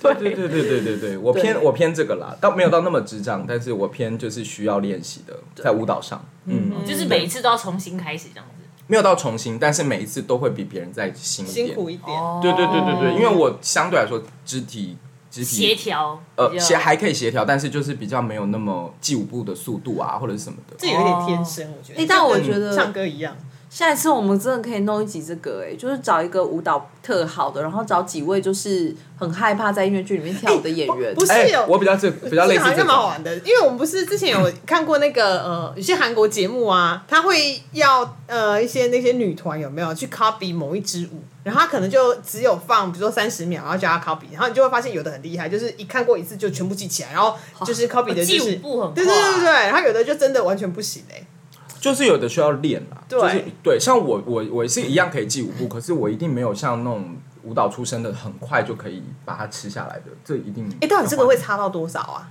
Speaker 4: 对
Speaker 3: 对对对对对对，我偏我偏这个啦，倒没有到那么智障，但是我偏就是需要练习的，在舞蹈上，嗯，
Speaker 5: 就是每一次都要重新开始这样子。
Speaker 3: 没有到重新，但是每一次都会比别人再辛一哦点
Speaker 1: 辛苦。一点，
Speaker 3: 对对对对对，因为我相对来说肢体肢体
Speaker 5: 协调，
Speaker 3: 呃
Speaker 5: 比较
Speaker 3: 协还可以协调，但是就是比较没有那么记舞步的速度啊或者是什么的。
Speaker 1: 这有一点天哦生，我觉得。
Speaker 4: 哎但我觉
Speaker 1: 就
Speaker 4: 得
Speaker 1: 跟唱歌一样，
Speaker 4: 下一次我们真的可以弄一集这个、哎，就是找一个舞蹈特好的，然后找几位就是很害怕在音乐剧里面跳舞的演员。
Speaker 1: 不不是
Speaker 3: 哎
Speaker 1: 有，
Speaker 3: 我比较这比较类
Speaker 1: 这
Speaker 3: 似
Speaker 1: 好
Speaker 3: 这
Speaker 1: 像蛮好
Speaker 3: 种，
Speaker 1: 玩的，因为我们不是之前有看过那个呃，有些韩国节目啊，他会要呃一些那些女团有没有去 copy 某一支舞，然后他可能就只有放比如说三十秒，然后叫他 copy，然后你就会发现有的很厉害，就是一看过一次就全部记起来，然后就是 copy 的
Speaker 5: 哦记
Speaker 1: 就是
Speaker 5: 舞步很快啊
Speaker 1: 对对对对，然后有的就真的完全不行哎、
Speaker 3: 就是有的需要练啦，
Speaker 1: 对
Speaker 3: 就是对，像我我我是一样可以记舞步，可是我一定没有像那种舞蹈出身的很快就可以把它吃下来的，这一定。哎
Speaker 1: 哎、到底这个会，差到多少啊？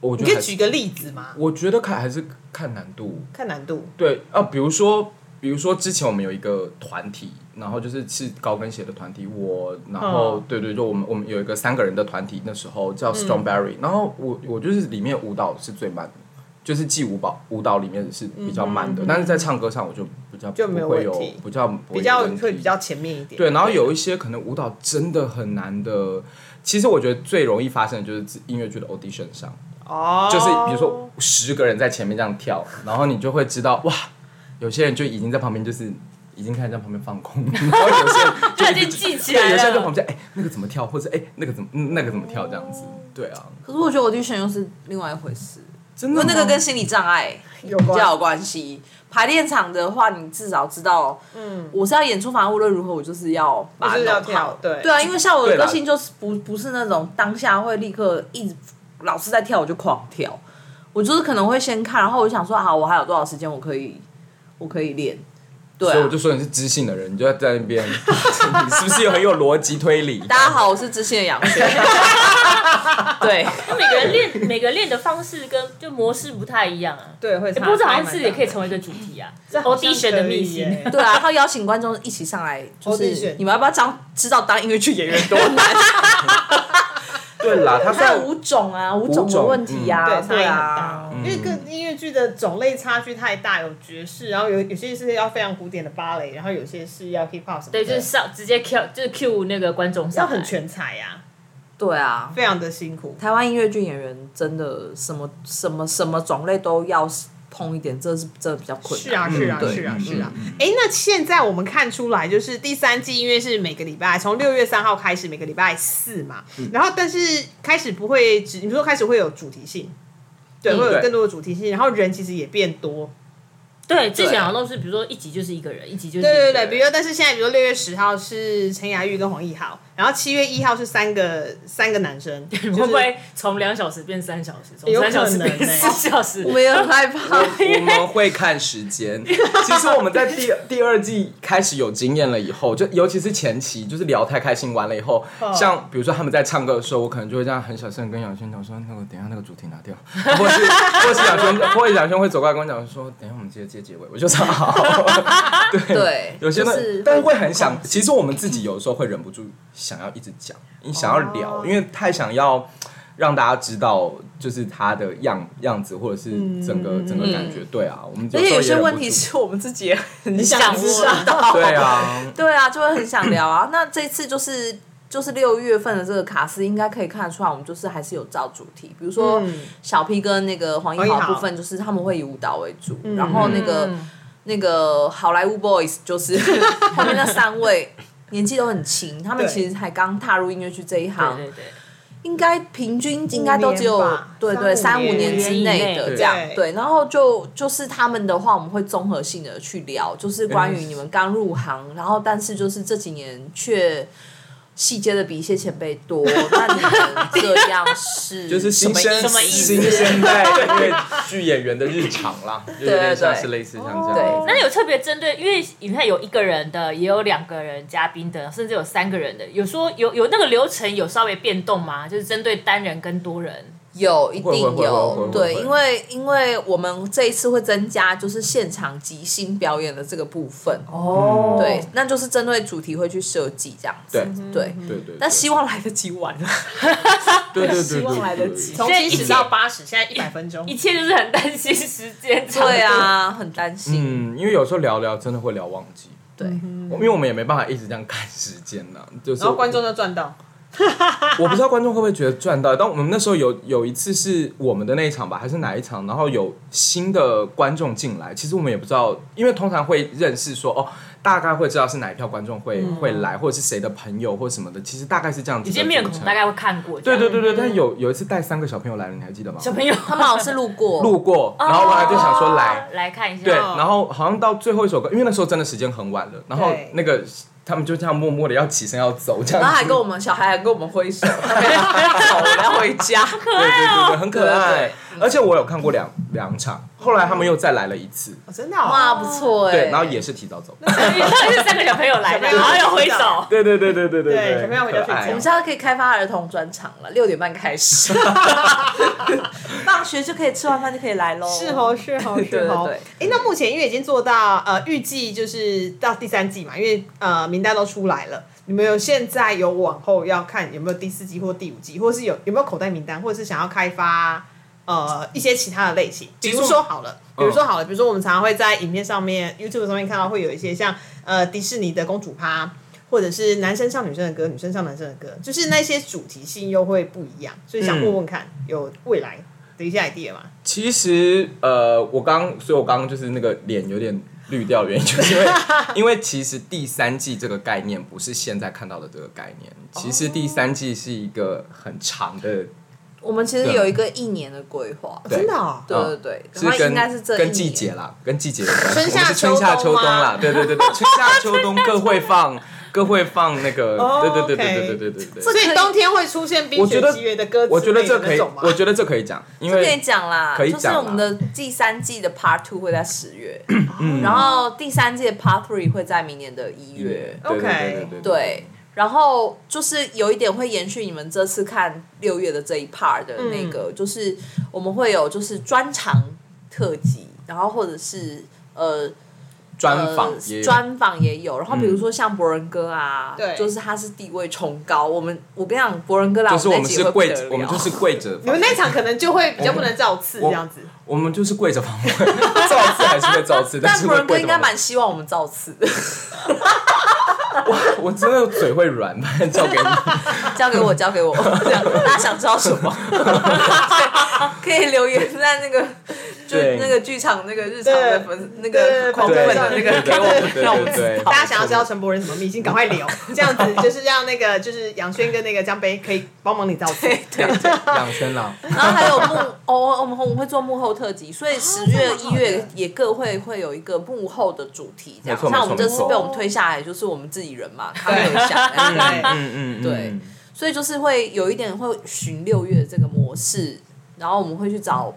Speaker 3: 我觉
Speaker 1: 你可
Speaker 3: 得还
Speaker 1: 以
Speaker 3: 是
Speaker 1: 举个例子吗？
Speaker 3: 我觉得看还是看难度，
Speaker 1: 看难度，
Speaker 3: 对啊，比如说比如说之前我们有一个团体，然后就是是高跟鞋的团体，我然后、
Speaker 1: 嗯
Speaker 3: 对对，就我们我们有一个三个人的团体，那时候叫 Strongberry，、然后我我就是里面舞蹈是最慢的。就是记舞蹈舞蹈里面是比较
Speaker 1: 嗯
Speaker 3: 慢的，但是在唱歌上我就比较
Speaker 1: 就没有
Speaker 3: 不会有
Speaker 1: 问题
Speaker 3: 比较不
Speaker 1: 比
Speaker 3: 会
Speaker 1: 较
Speaker 3: 有问题
Speaker 1: 会比较前面一点。
Speaker 3: 对，然后有一些可能舞蹈真的很难的，其实我觉得最容易发生的就是音乐剧的 audition 上，
Speaker 1: 哦，
Speaker 3: 就是比如说十个人在前面这样跳，然后你就会知道哇，有些人就已经在旁边就是已经开始在旁边放空，然后有些人就
Speaker 5: 他已经
Speaker 3: 一直
Speaker 5: 记起
Speaker 3: 对
Speaker 5: 来
Speaker 3: 有些人在
Speaker 5: 了
Speaker 3: 旁边哎、那个怎么跳，或者哎、那个怎么嗯那个怎么跳这样子，对啊，
Speaker 4: 可是我觉得 audition 又是另外一回事，
Speaker 3: 真
Speaker 4: 因
Speaker 3: 的
Speaker 4: 为那个
Speaker 1: 嗯
Speaker 3: 吗
Speaker 4: 跟心理障碍
Speaker 1: 有
Speaker 4: 比
Speaker 1: 关
Speaker 4: 较有关系。排练场的话，你至少知道，嗯，我是要演出，反正无论如何，我就是要把它
Speaker 1: 就是要
Speaker 4: 弄
Speaker 1: 跳
Speaker 4: 好
Speaker 1: 对
Speaker 4: 对啊，因为像我的
Speaker 3: 对啦
Speaker 4: 个性就是不不是那种当下会立刻一直老师在跳我就狂跳，我就是可能会先看，然后我就想说，好，我还有多少时间我可以我可以练，对、
Speaker 3: 所以
Speaker 4: 啊
Speaker 3: 我就。说你是知性的人，你就在那边， 你是不是有很有逻辑推理？
Speaker 4: 大家好，我是知性的 杨轩。对，
Speaker 5: 每个人练每个人练的方式跟就模式不太一样啊。
Speaker 1: 对会
Speaker 5: 欸
Speaker 1: 差，
Speaker 5: 不过这好
Speaker 1: 差
Speaker 5: 像
Speaker 1: 蛮
Speaker 5: 是也可
Speaker 1: 大
Speaker 5: 以
Speaker 1: 的
Speaker 5: 成为一个主题啊
Speaker 1: 这好像
Speaker 5: ，audition 的
Speaker 1: 可以
Speaker 5: 秘辛
Speaker 1: 耶。
Speaker 4: 对啊，然后邀请观众一起上来，就
Speaker 1: Audition
Speaker 4: 是你们要不要当知道当音乐剧演员多难？
Speaker 3: 对啦，他虽
Speaker 4: 还
Speaker 3: 然
Speaker 4: 有五种啊，五种的问题
Speaker 1: 对，
Speaker 4: 啊，
Speaker 1: 差
Speaker 4: 对
Speaker 1: 异很
Speaker 4: 啊
Speaker 1: 大，，
Speaker 3: 嗯
Speaker 1: 因为跟音乐剧的种类差距太大，有爵士，然后有有些是要非常古典的芭蕾，然后有些是要 hip hop 什么的，
Speaker 5: 对，就是上直接 Q 就是 Q 那个观众
Speaker 1: 要
Speaker 5: 上来
Speaker 1: 很全才呀、
Speaker 4: 对啊，
Speaker 1: 非常的辛苦。
Speaker 4: 台湾音乐剧演员真的什么什么什么种类都要碰一点，这是真的比较困难。
Speaker 1: 是啊，是啊，
Speaker 3: 对
Speaker 1: 是啊，
Speaker 3: 嗯
Speaker 1: 是啊。哎、那现在我们看出来，就是第三季，因为是每个礼拜从六月三号开始，每个礼拜四嘛。
Speaker 3: 嗯
Speaker 1: 然后，但是开始不会只，你说开始会有主题性，嗯对，会有
Speaker 3: 对
Speaker 1: 更多的主题性，然后人其实也变多。
Speaker 5: 对，之前好像都是比如说一集就是一个人，一集就是一
Speaker 1: 对对
Speaker 5: 个
Speaker 1: 对，
Speaker 5: 人
Speaker 1: 比如但是现在，比如六月十号是陈雅玉跟黄奕豪，然后七月一号是三个三个男 生，就是
Speaker 5: 会不会从两小时变三小时，从
Speaker 1: 有
Speaker 5: 三小
Speaker 1: 可
Speaker 5: 时
Speaker 1: 能
Speaker 5: 变
Speaker 1: 欸
Speaker 5: 四小时？
Speaker 4: 我们也很害怕，
Speaker 3: 我们会看时间。其实我们在第第二季开始有经验了以后，就尤其是前期，就是聊太开心完了以后，
Speaker 1: 哦嗯
Speaker 3: 像比如说他们在唱歌的时候，我可能就会这样很小声地跟杨轩讲说：“那个等一下那个主题拿掉。” 或是或是杨轩，或是杨轩会走过来跟我讲说：“等一下我们直接接结尾。”我就说好。
Speaker 4: 对，
Speaker 3: 有些
Speaker 4: 就
Speaker 3: 人，
Speaker 4: 是
Speaker 3: 但是会很想，其实我们自己有的时候会忍不住想要一直讲，你想要聊，
Speaker 4: 哦
Speaker 3: 因为太想要让大家知道，就是他的样样子，或者是整个、整个感觉。对啊，我们
Speaker 4: 嗯而且有
Speaker 3: 有时
Speaker 4: 些
Speaker 3: 候也忍不
Speaker 4: 问
Speaker 3: 住
Speaker 4: 题是我们自己也很
Speaker 5: 想
Speaker 4: 想知
Speaker 5: 问
Speaker 4: 道，
Speaker 3: 对啊，
Speaker 4: 对啊，就会很想聊啊。 那这次就是就是六月份的这个卡斯，应该可以看得出来，我们就是还是有照主题，比如说
Speaker 1: 嗯
Speaker 4: 小 P 跟那个黄奕
Speaker 1: 黄奕
Speaker 4: 豪
Speaker 1: 豪
Speaker 4: 部分，就是他们会以舞蹈为主，然后那个、那个好莱坞 boys 就是后面那三位。年纪都很轻，他们
Speaker 1: 对
Speaker 4: 其实才刚踏入音乐剧这一行，
Speaker 5: 嗯对对对，
Speaker 4: 应该平均应该都只有
Speaker 1: 五年吧
Speaker 4: 对对
Speaker 1: 三
Speaker 4: 三
Speaker 1: 五
Speaker 4: 五
Speaker 1: 年
Speaker 4: 年之内的
Speaker 5: 对
Speaker 4: 这样
Speaker 1: 对
Speaker 4: 对，然后就就是他们的话，我们会综合性的去聊，就是关于
Speaker 3: 嗯
Speaker 4: 你们刚入行，然后但是就是这几年却细节的比一些前辈多，那 你们这样是
Speaker 3: 嗯就是新
Speaker 4: 什么
Speaker 3: 生
Speaker 5: 什
Speaker 4: 意
Speaker 5: 么
Speaker 4: 思？
Speaker 5: 意思
Speaker 3: 新生 代音乐剧演员的日常啦，就有
Speaker 4: 对对
Speaker 3: 点像
Speaker 4: 对
Speaker 3: 是类似像这
Speaker 4: 对
Speaker 3: 样。
Speaker 5: 那有特别针对，因为你看有一个人的，也有两个人嘉宾的，甚至有三个人的，有说有有那个流程有稍微变动吗？就是针对单人跟多人，
Speaker 4: 有，一
Speaker 3: 会
Speaker 4: 定
Speaker 3: 会会
Speaker 4: 有
Speaker 3: 会，
Speaker 4: 对，
Speaker 3: 会
Speaker 4: 因为因为我们这一次会增加就是现场即兴表演的这个部分，
Speaker 5: 哦
Speaker 4: 对，那就是针对主题会去设计这样子，
Speaker 3: 对嗯
Speaker 4: 对。
Speaker 3: 对对，
Speaker 4: 但希望来得及玩 啊，
Speaker 3: 对对对对
Speaker 4: 希望来得及
Speaker 3: 对
Speaker 1: 从
Speaker 5: 现在
Speaker 1: 七
Speaker 5: 一
Speaker 1: 十
Speaker 5: 集
Speaker 1: 到八十，现在一百分钟
Speaker 5: 一。切就是很担心时间长度。
Speaker 4: 对啊，很担心。
Speaker 3: 嗯，因为有时候聊聊真的会聊忘记，
Speaker 4: 对，
Speaker 3: 因为我们也没办法一直这样看时间呢，就是
Speaker 4: 哦
Speaker 1: 然后观众就赚到，
Speaker 3: 我不知道观众会不会觉得赚到，但我们那时候有有一次是我们的那一场吧，还是哪一场？然后有新的观众进来，其实我们也不知道，因为通常会认识说哦，大概会知道是哪一票观众会、
Speaker 4: 嗯
Speaker 3: 会来，或者是谁的朋友或什么的，其实大概是这样子
Speaker 5: 有
Speaker 3: 的
Speaker 5: 些
Speaker 3: 组成。
Speaker 5: 面孔大概会看过。
Speaker 3: 对对
Speaker 5: 这样
Speaker 3: 对对，但有有一次带三个小朋友来了，你还记得吗？
Speaker 5: 小朋友
Speaker 4: 他们好像是路过，
Speaker 3: 路过，然后我还就想说来，
Speaker 5: 哦来看一下，
Speaker 3: 对，然后好像到最后一首歌，因为那时候真的时间很晚了，然后
Speaker 1: 对
Speaker 3: 那个他们就这样默默的要起身要走，这样子，
Speaker 4: 然后还跟我们小孩还跟我们挥手，他们要走，我们要回家。
Speaker 3: 对对对，很可
Speaker 4: 对
Speaker 3: 爱。而且我有看过两两场，后来他们又再来了一次，
Speaker 1: 哦真的哦
Speaker 4: 哇，不错哎。
Speaker 3: 对，然后也是提早走。
Speaker 5: 是三个小朋友来的，
Speaker 1: 小
Speaker 5: 然
Speaker 1: 朋友
Speaker 5: 后又挥手。
Speaker 3: 对对对对对对
Speaker 1: 对小朋友回家
Speaker 3: 啊
Speaker 1: 睡觉
Speaker 4: 我们下次可以开发儿童专场了，六点半开 始，放学就可以吃完饭就可以来喽。
Speaker 1: 是哦，是哦，是哦。
Speaker 4: 对对
Speaker 1: 哎，那目前因为已经做到呃，预计就是到第三季嘛，因为呃名单都出来了，你们有现在有往后要看有没有第四季或第五季，或是有有没有口袋名单，或者是想要开发呃一些其他的类型，比如
Speaker 3: 其实
Speaker 1: 说好了。比如说好了，比如说我们常常会在影片上面、YouTube 上面看到会有一些像呃迪士尼的公主趴，或者是男生唱女生的歌，女生唱男生的歌，就是那些主题性又会不一样，所以想问问看、有未来的一些 idea 吗？
Speaker 3: 其实呃，我刚，所以我刚刚就是那个脸有点绿掉，的原因就是因为，因为其实第三季这个概念不是现在看到的这个概念，其实第三季是一个很长的，
Speaker 4: 我们其实有一个一年的规划，
Speaker 3: 对
Speaker 1: 真的、哦，
Speaker 4: 对对
Speaker 3: 嗯
Speaker 4: 对，
Speaker 3: 是
Speaker 4: 然后
Speaker 3: 跟
Speaker 4: 应该啊是这一年
Speaker 3: 跟季节啦，跟季节有关
Speaker 1: 春
Speaker 3: 系。
Speaker 1: 夏
Speaker 3: 我们是春夏秋冬啦，对对对对，春夏秋冬各会放，各会放那个，
Speaker 1: 哦
Speaker 3: 对对对
Speaker 1: OK
Speaker 3: 对对对对对
Speaker 1: 所
Speaker 3: 对。
Speaker 1: 以冬天会出现《冰
Speaker 3: 我觉
Speaker 1: 雪
Speaker 3: 得
Speaker 1: 奇缘》的歌词
Speaker 3: 我觉得这可
Speaker 1: 类
Speaker 3: 以
Speaker 1: 的那种吗，
Speaker 3: 我觉得这可以讲，因
Speaker 4: 就跟
Speaker 3: 为
Speaker 4: 你讲啦，
Speaker 3: 可以
Speaker 4: 就是
Speaker 3: 讲啦
Speaker 4: 我们的第三季的 Part Two 会在十月，然后第三季的 Part Three 会在明年的嗯一月。
Speaker 3: 对对对
Speaker 1: OK
Speaker 3: 对对
Speaker 4: 对，然后就是有一点会延续你们这次看六月的这一 part 的那个，就是我们会有就是专场特辑，然后或者是呃
Speaker 3: 专访
Speaker 4: 呃
Speaker 3: 也有
Speaker 4: 专访也有，然后比如说像博仁哥啊，
Speaker 1: 对
Speaker 4: 就是他是地位崇高，我们我跟你讲，博仁哥来
Speaker 3: 就是我
Speaker 4: 们
Speaker 3: 们
Speaker 4: 那集
Speaker 3: 是
Speaker 4: 会不
Speaker 3: 跪
Speaker 4: 得，了，
Speaker 3: 我们就是跪着访
Speaker 1: 你们那场可能就会比较不能造次这
Speaker 3: 我
Speaker 1: 样子。
Speaker 3: 我们就是跪着访问， 造次还是会造次，但
Speaker 4: 但
Speaker 3: 是
Speaker 4: 博
Speaker 3: 会
Speaker 4: 仁哥
Speaker 3: 跪着
Speaker 4: 应该
Speaker 3: 访问
Speaker 4: 蛮希望我们造次的，
Speaker 3: 我我真的嘴会软，反正交给你。
Speaker 4: 交给我，交给我， 这样大家想知道什么， 可以留言在那个 就
Speaker 3: 对
Speaker 4: 那个剧场那个日常的粉那个
Speaker 1: 对
Speaker 4: 狂
Speaker 1: 对
Speaker 4: 粉的 那个给我们，
Speaker 3: 对
Speaker 4: 让我们
Speaker 3: 对对
Speaker 4: 知
Speaker 3: 对
Speaker 4: 道
Speaker 1: 大。家想要知道陈柏仁什么秘辛，赶快 留，这样子就是让那个就是杨轩跟那个江杯可以帮忙你造 次。
Speaker 3: 两圈啦，
Speaker 4: 然后还有幕哦，我们我们会做幕后特辑，所以十月、一月也各会会有一个幕后的主题，这样。
Speaker 3: 没错
Speaker 4: 像我们
Speaker 3: 没
Speaker 4: 这
Speaker 3: 错
Speaker 4: 次被我们推下来，就是我们自己人嘛，他没有 想，
Speaker 1: 对
Speaker 3: 嗯嗯，
Speaker 4: 对所以就是会有一点会循六月这个模式，然后我们会去找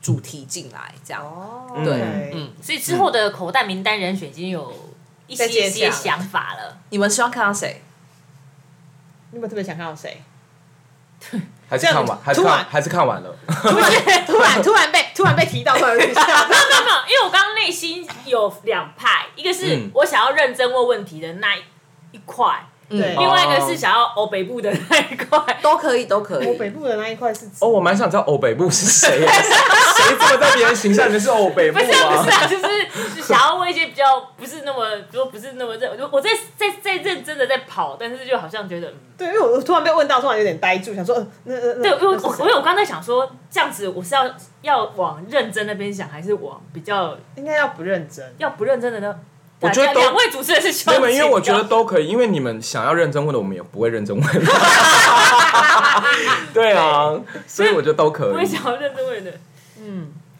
Speaker 4: 主题进来，这样。
Speaker 1: 哦，
Speaker 3: 对
Speaker 1: 嗯，
Speaker 5: 所以之后的口袋名单人选已经有
Speaker 4: 嗯
Speaker 5: 一些
Speaker 1: 在
Speaker 5: 一
Speaker 1: 接洽
Speaker 5: 些
Speaker 1: 了
Speaker 5: 想法了。
Speaker 4: 你们希望看到谁？
Speaker 1: 你有没有特别想看到 谁？
Speaker 3: 还是看完，还是
Speaker 1: 突
Speaker 3: 看，
Speaker 1: 然
Speaker 3: 还是看完了。
Speaker 1: 突然突然突然被突然被提到，突然有点 吓到。
Speaker 5: 没有没有，因为我刚刚内心有两派，一个是
Speaker 3: 嗯
Speaker 5: 我想要认真问问题的那一块，
Speaker 1: 对，
Speaker 5: 另
Speaker 1: 因
Speaker 5: 外一个是想要欧北部的那一块。
Speaker 4: 嗯哦都可以，都可
Speaker 1: 为我
Speaker 4: 以。
Speaker 1: 北部的那一块是指
Speaker 3: 哦，我蛮想知道欧北部是谁耶，谁这么在别人形象里面是欧 北部
Speaker 5: 不是啊
Speaker 3: 啊
Speaker 5: 不是？啊，就是是想要问一些比较不是那么，比如不是那么认，我在在在认真的在跑，但是就好像觉得，嗯
Speaker 1: 对，因为我突然被问到，突然有点呆住，想说，呃那那那
Speaker 5: 对，因为我
Speaker 1: 那是
Speaker 5: 我
Speaker 1: 谁
Speaker 5: 因为我刚才想说，这样子我是要要往认真那边想，还是往比较
Speaker 1: 应该要不认真。
Speaker 5: 要不认真的呢？
Speaker 3: 我觉得都
Speaker 5: 两位主持人是兄弟，
Speaker 3: 没有，因为我觉得都可以，因为你们想要认真问的，我们也不会认真问。对啊，所以我觉得都可
Speaker 5: 我也
Speaker 3: 以。
Speaker 5: 想要认真问的。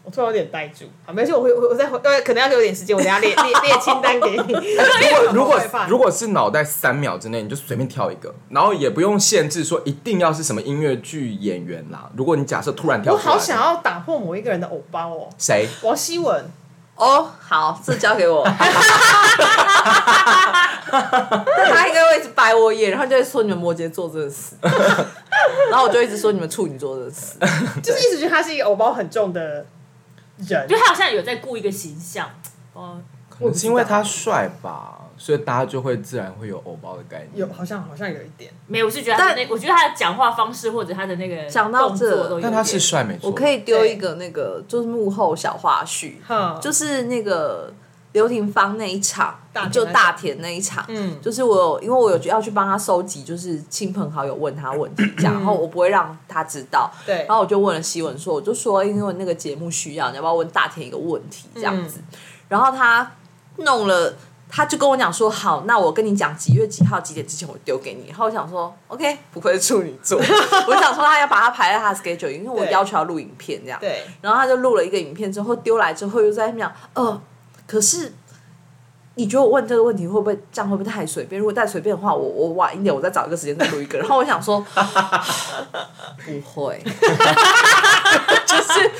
Speaker 1: 我突然有点呆住，好，没事，我会我我再回，呃，可能要给我点时间，我等一下列列列清单给你。
Speaker 3: 如
Speaker 1: 我
Speaker 3: 果
Speaker 1: 害怕
Speaker 3: 如果是脑袋三秒之内，你就随便挑一个，然后也不用限制说一定要是什么音乐剧演员啦。如果你假设突然跳
Speaker 1: 我
Speaker 3: 出来，
Speaker 1: 好想要打破某一个人的偶包哦，
Speaker 3: 谁？
Speaker 1: 王希 文，
Speaker 4: 哦，好，这交 给我。那他应该会一直白我眼，然后就会说你们摩羯座真的死， 然后我就一直说你们处女座真的死。
Speaker 1: 就是一直觉得他是一个偶包很重的人
Speaker 5: 就。他好像有在顾一个形象，哦，
Speaker 3: 可能是因为他帅吧，所以大家就会自然会有偶包的概念。
Speaker 1: 有好像好像有一点，
Speaker 5: 没有，我是觉得他的
Speaker 4: 但
Speaker 5: 那，我觉得他的讲话方式或者他的那个
Speaker 4: 讲到
Speaker 5: 动作
Speaker 4: 这
Speaker 5: 都有
Speaker 3: 但他
Speaker 5: 点
Speaker 3: 是帅没错，
Speaker 4: 我可以丢一个那个就是幕后小花絮，
Speaker 1: 哼，
Speaker 4: 就是是那个刘廷芳那一场
Speaker 1: 大田，那
Speaker 4: 就
Speaker 1: 场
Speaker 4: 大田那一场，
Speaker 1: 嗯
Speaker 4: 就是我有因为我有要去帮他收集，就是亲朋好友问他问 题这样，然后我不会让他知道，
Speaker 1: 对
Speaker 4: 然后我就问了希文说，我就说因为那个节目需要，你要不要问大田一个问题这样子，
Speaker 1: 嗯
Speaker 4: 然后他弄了。他就跟我讲说，好，那我跟你讲几月几号几点之前我丢给你。然后我想说，OK，不愧是处女 座，我想说他要把它排在他的 schedule，因为我
Speaker 1: 对
Speaker 4: 要求要录影片这样。
Speaker 1: 对，
Speaker 4: 然后他就录了一个影片之后丢来之后，又在那边讲，呃，可是你觉得我问这个问题会不会这样会不会太随便？如果太随便的话，我我晚一点我再找一个时间再录一个。然后我想说，不会， 就是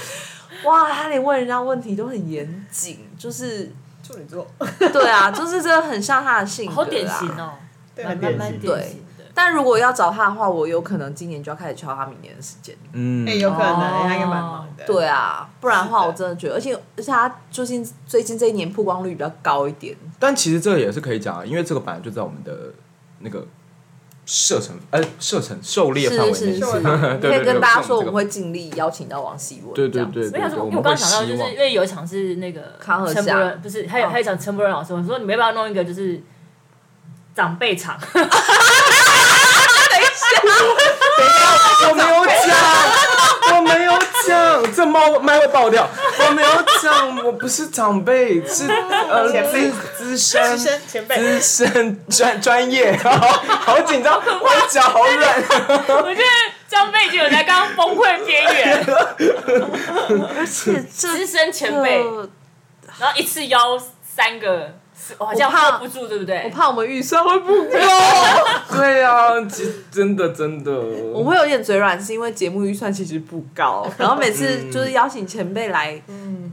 Speaker 4: 哇，他连问人家问题都很严谨，就是
Speaker 1: 处女座，
Speaker 4: 对啊，就是真的很像他的性格、啊，
Speaker 5: 好典型。哦，
Speaker 1: 对，
Speaker 5: 蛮
Speaker 1: 很
Speaker 5: 蛮
Speaker 1: 典
Speaker 5: 蛮
Speaker 1: 型。
Speaker 5: 典型的。
Speaker 4: 但如果要找他的话，我有可能今年就要开始敲他明年的时间。
Speaker 3: 嗯
Speaker 1: 哎、有可能，
Speaker 5: 哦
Speaker 1: 他应该蛮忙的。
Speaker 4: 对，啊，不然的话
Speaker 1: 是的
Speaker 4: 我真的觉得，而且而且他最近最近这一年曝光率比较高一点，
Speaker 3: 但其实这个也是可以讲啊，因为这个本来就在我们的那个射程呃射程狩猎
Speaker 4: 是
Speaker 3: 范围内，
Speaker 4: 是是，
Speaker 1: 范围内
Speaker 3: 对
Speaker 4: 可以
Speaker 3: 对
Speaker 4: 跟
Speaker 3: 对
Speaker 4: 大家
Speaker 3: 我们这
Speaker 4: 说我
Speaker 3: 个
Speaker 4: 们会尽力邀请到王希文，
Speaker 3: 对对
Speaker 4: 这样子
Speaker 3: 对
Speaker 5: 没
Speaker 3: 对，
Speaker 5: 有
Speaker 3: 对
Speaker 5: 说，
Speaker 3: 我
Speaker 5: 因为我
Speaker 3: 们
Speaker 5: 刚
Speaker 3: 会
Speaker 5: 刚想到，就
Speaker 3: 希
Speaker 5: 是
Speaker 3: 望
Speaker 5: 因为有一场是那个
Speaker 4: 康和
Speaker 5: 陈
Speaker 4: 夏
Speaker 5: 柏仁，不是还有、还有一场陈柏仁老师，我说你们要不要弄一个就是长辈场？
Speaker 3: 我 没有讲，我没有讲，这猫麦会爆掉。 我没有讲，我不是长辈，是呃
Speaker 1: 前辈
Speaker 3: 资资 深
Speaker 1: 资深前辈
Speaker 4: 嗯
Speaker 3: 资深专专业， 好紧 张，我的脚好软。
Speaker 5: 我觉得张贝已经有在刚刚崩溃边缘，
Speaker 4: 而且这
Speaker 5: 资深前辈，
Speaker 4: 个
Speaker 5: 然后一次邀三个，是哦我好像
Speaker 4: 我怕
Speaker 5: hold 不住，对不对
Speaker 4: 我？怕我们预算会不够，
Speaker 3: 对啊，其真的真的，
Speaker 4: 我会有点嘴软，是因为节目预算其实不高，然后每
Speaker 3: 嗯
Speaker 4: 次就是邀请前辈来，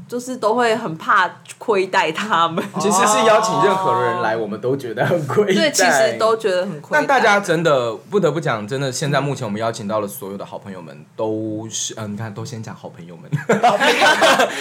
Speaker 4: 就是都会很怕亏待他们，
Speaker 3: 其实是邀请任何人来，我们都觉得很亏
Speaker 4: 对，其
Speaker 3: 待
Speaker 4: 实都觉得很亏待。
Speaker 3: 但大家真的不得不讲，真的现在目前我们邀请到的所有的好朋友们都是，嗯、你看都先讲好朋 友们，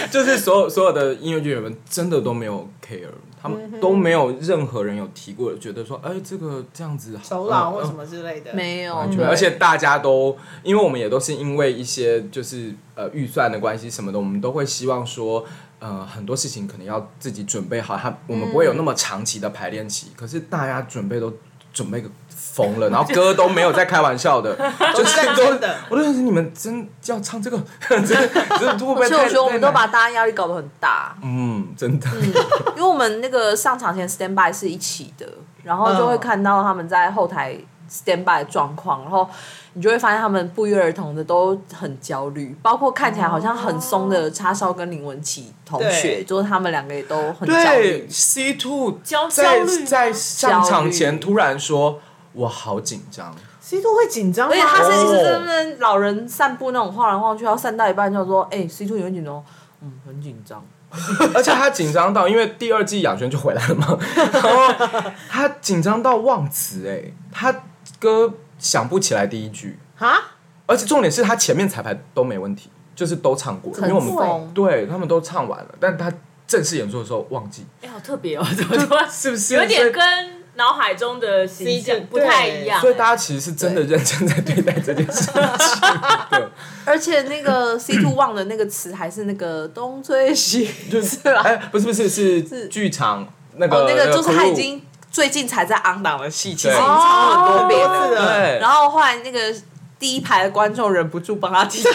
Speaker 3: 就是所有所有的音乐剧演员们真的都没有 care，他
Speaker 4: 嗯
Speaker 3: 们都没有任何人有提过，觉得说，哎、这个这样子好
Speaker 1: 首老
Speaker 3: 嗯
Speaker 1: 或什
Speaker 3: 嗯
Speaker 1: 么之类的，
Speaker 4: 没有，
Speaker 3: 完全没有而且大家都，因为我们也都是因为一些就是呃预算的关系什么的，我们都会希望说，呃，很多事情可能要自己准备好，他我们不会有那么长期的排练期。可是大家准备都准备个疯了，然后歌都没有在开玩笑的，就是
Speaker 1: 认
Speaker 3: 都
Speaker 1: 真的，
Speaker 3: 我就想说你们真要唱这个，真的真的会不会
Speaker 4: 所以我
Speaker 3: 太
Speaker 4: 觉得我们都
Speaker 3: 太
Speaker 4: 把
Speaker 3: 难
Speaker 4: 大家压力搞得很大，
Speaker 3: 嗯，真的，
Speaker 4: 因为我们那个上场前 stand by 是一起的，然后就会看到他们在后台 stand by 的状况，然后你就会发现他们不约而同的都很焦虑，包括看起来好像很松的叉烧跟林文琪同学，
Speaker 1: 对
Speaker 4: 就是他们两个也都很焦
Speaker 3: 对
Speaker 4: 虑。
Speaker 3: ，C two
Speaker 5: 焦焦
Speaker 3: 在
Speaker 5: 虑吗
Speaker 3: 在上场
Speaker 4: 焦
Speaker 3: 前
Speaker 4: 虑
Speaker 3: 突然说，我好紧张，
Speaker 1: 谁都会紧张吗，
Speaker 4: 而且他是一直
Speaker 3: 哦
Speaker 4: 在那边老人散步那种晃来晃去，然后散到一半就说：“哎、c two 有点紧张，嗯，很紧张。”
Speaker 3: 而且他紧张到，因为第二季雅轩就回来了 嘛，然后他紧张到忘词，哎，他歌想不起来第一句，
Speaker 1: 啊，
Speaker 3: 而且重点是他前面彩排都没问题，就是都唱过，因
Speaker 4: 很
Speaker 3: 为我
Speaker 4: 疯
Speaker 3: 们对他们都唱完了，但他正式演出的时候忘记，
Speaker 5: 哎，好特别哦，怎么说？
Speaker 3: 是不是
Speaker 5: 有
Speaker 3: 所
Speaker 5: 点
Speaker 3: 以
Speaker 5: 跟脑海中的形象
Speaker 1: CG
Speaker 5: 不太一样？
Speaker 3: 所以大家其实是真的认真在对待这件事情。对，
Speaker 4: 而且那个 C two 忘的那个词还是那个东吹西，
Speaker 3: 就是
Speaker 4: 吧
Speaker 3: 哎，不是不是
Speaker 4: 是
Speaker 3: 是剧场那个
Speaker 4: 哦，那个就是他
Speaker 3: crew
Speaker 4: 已经最近才在 on 档的戏，其实已
Speaker 3: 对
Speaker 4: 经唱很多遍
Speaker 1: 哦
Speaker 4: 了。
Speaker 3: 对，
Speaker 4: 然后后来那个第一排的观众忍不住帮他提词，